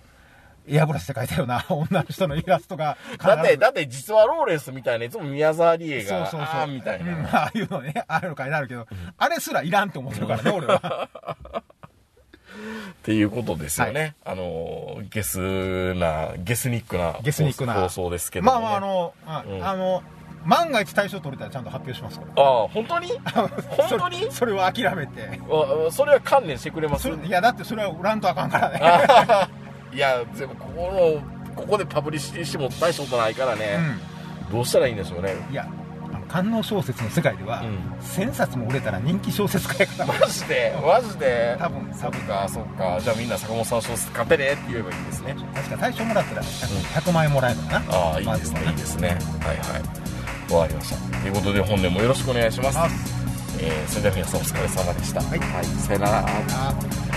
S4: エアブラシで描いたような *laughs* 女の人のイラストが必ず。
S3: だって、だって実はローレンスみたいな、いつも宮沢りえ
S4: そう
S3: が、
S4: そうそう。
S3: あーみたい
S4: うん
S3: な。
S4: ああいうのね、ああいうの書いてあるけど、あれすらいらんと思ってるからね、俺は。
S3: っていうことですよね。あのー、ゲスな、ゲスニックな
S4: ゲスニックな
S3: 放送ですけど、ね。
S4: まあまあ、あの、あ
S3: うん
S4: あの、万が一対象取れたらちゃんと発表しますから。
S3: ああ、本当
S4: *laughs*
S3: に本当に
S4: それは諦めて。
S3: あそれは観念してくれます
S4: それいや、だってそれは売らんとあかんからね。
S3: あ *laughs* いや、でもここの、ここでパブリシティしても大したことないからね、どうしたらいいんでしょうね。
S4: うん。いや、あの官能小説の世界では、
S3: うん
S4: 1000冊も売れたら人気小説家やから、
S3: マジで、マジで。
S4: 多分、
S3: そ
S4: 多
S3: っ
S4: 分、
S3: か、そっか。じゃあみんな坂本さん小説買ってねって言えばいいんですね。
S4: 確か大賞もらったら100、100万円もらえるのかな。
S3: ああ、いいですね、いいですね。はいはい。わかりました。ということで本年もよろしくお願いします。
S4: あ
S3: えーそれでは皆さんお疲れ様でした。
S4: はい
S3: はい、さよなら。
S4: あ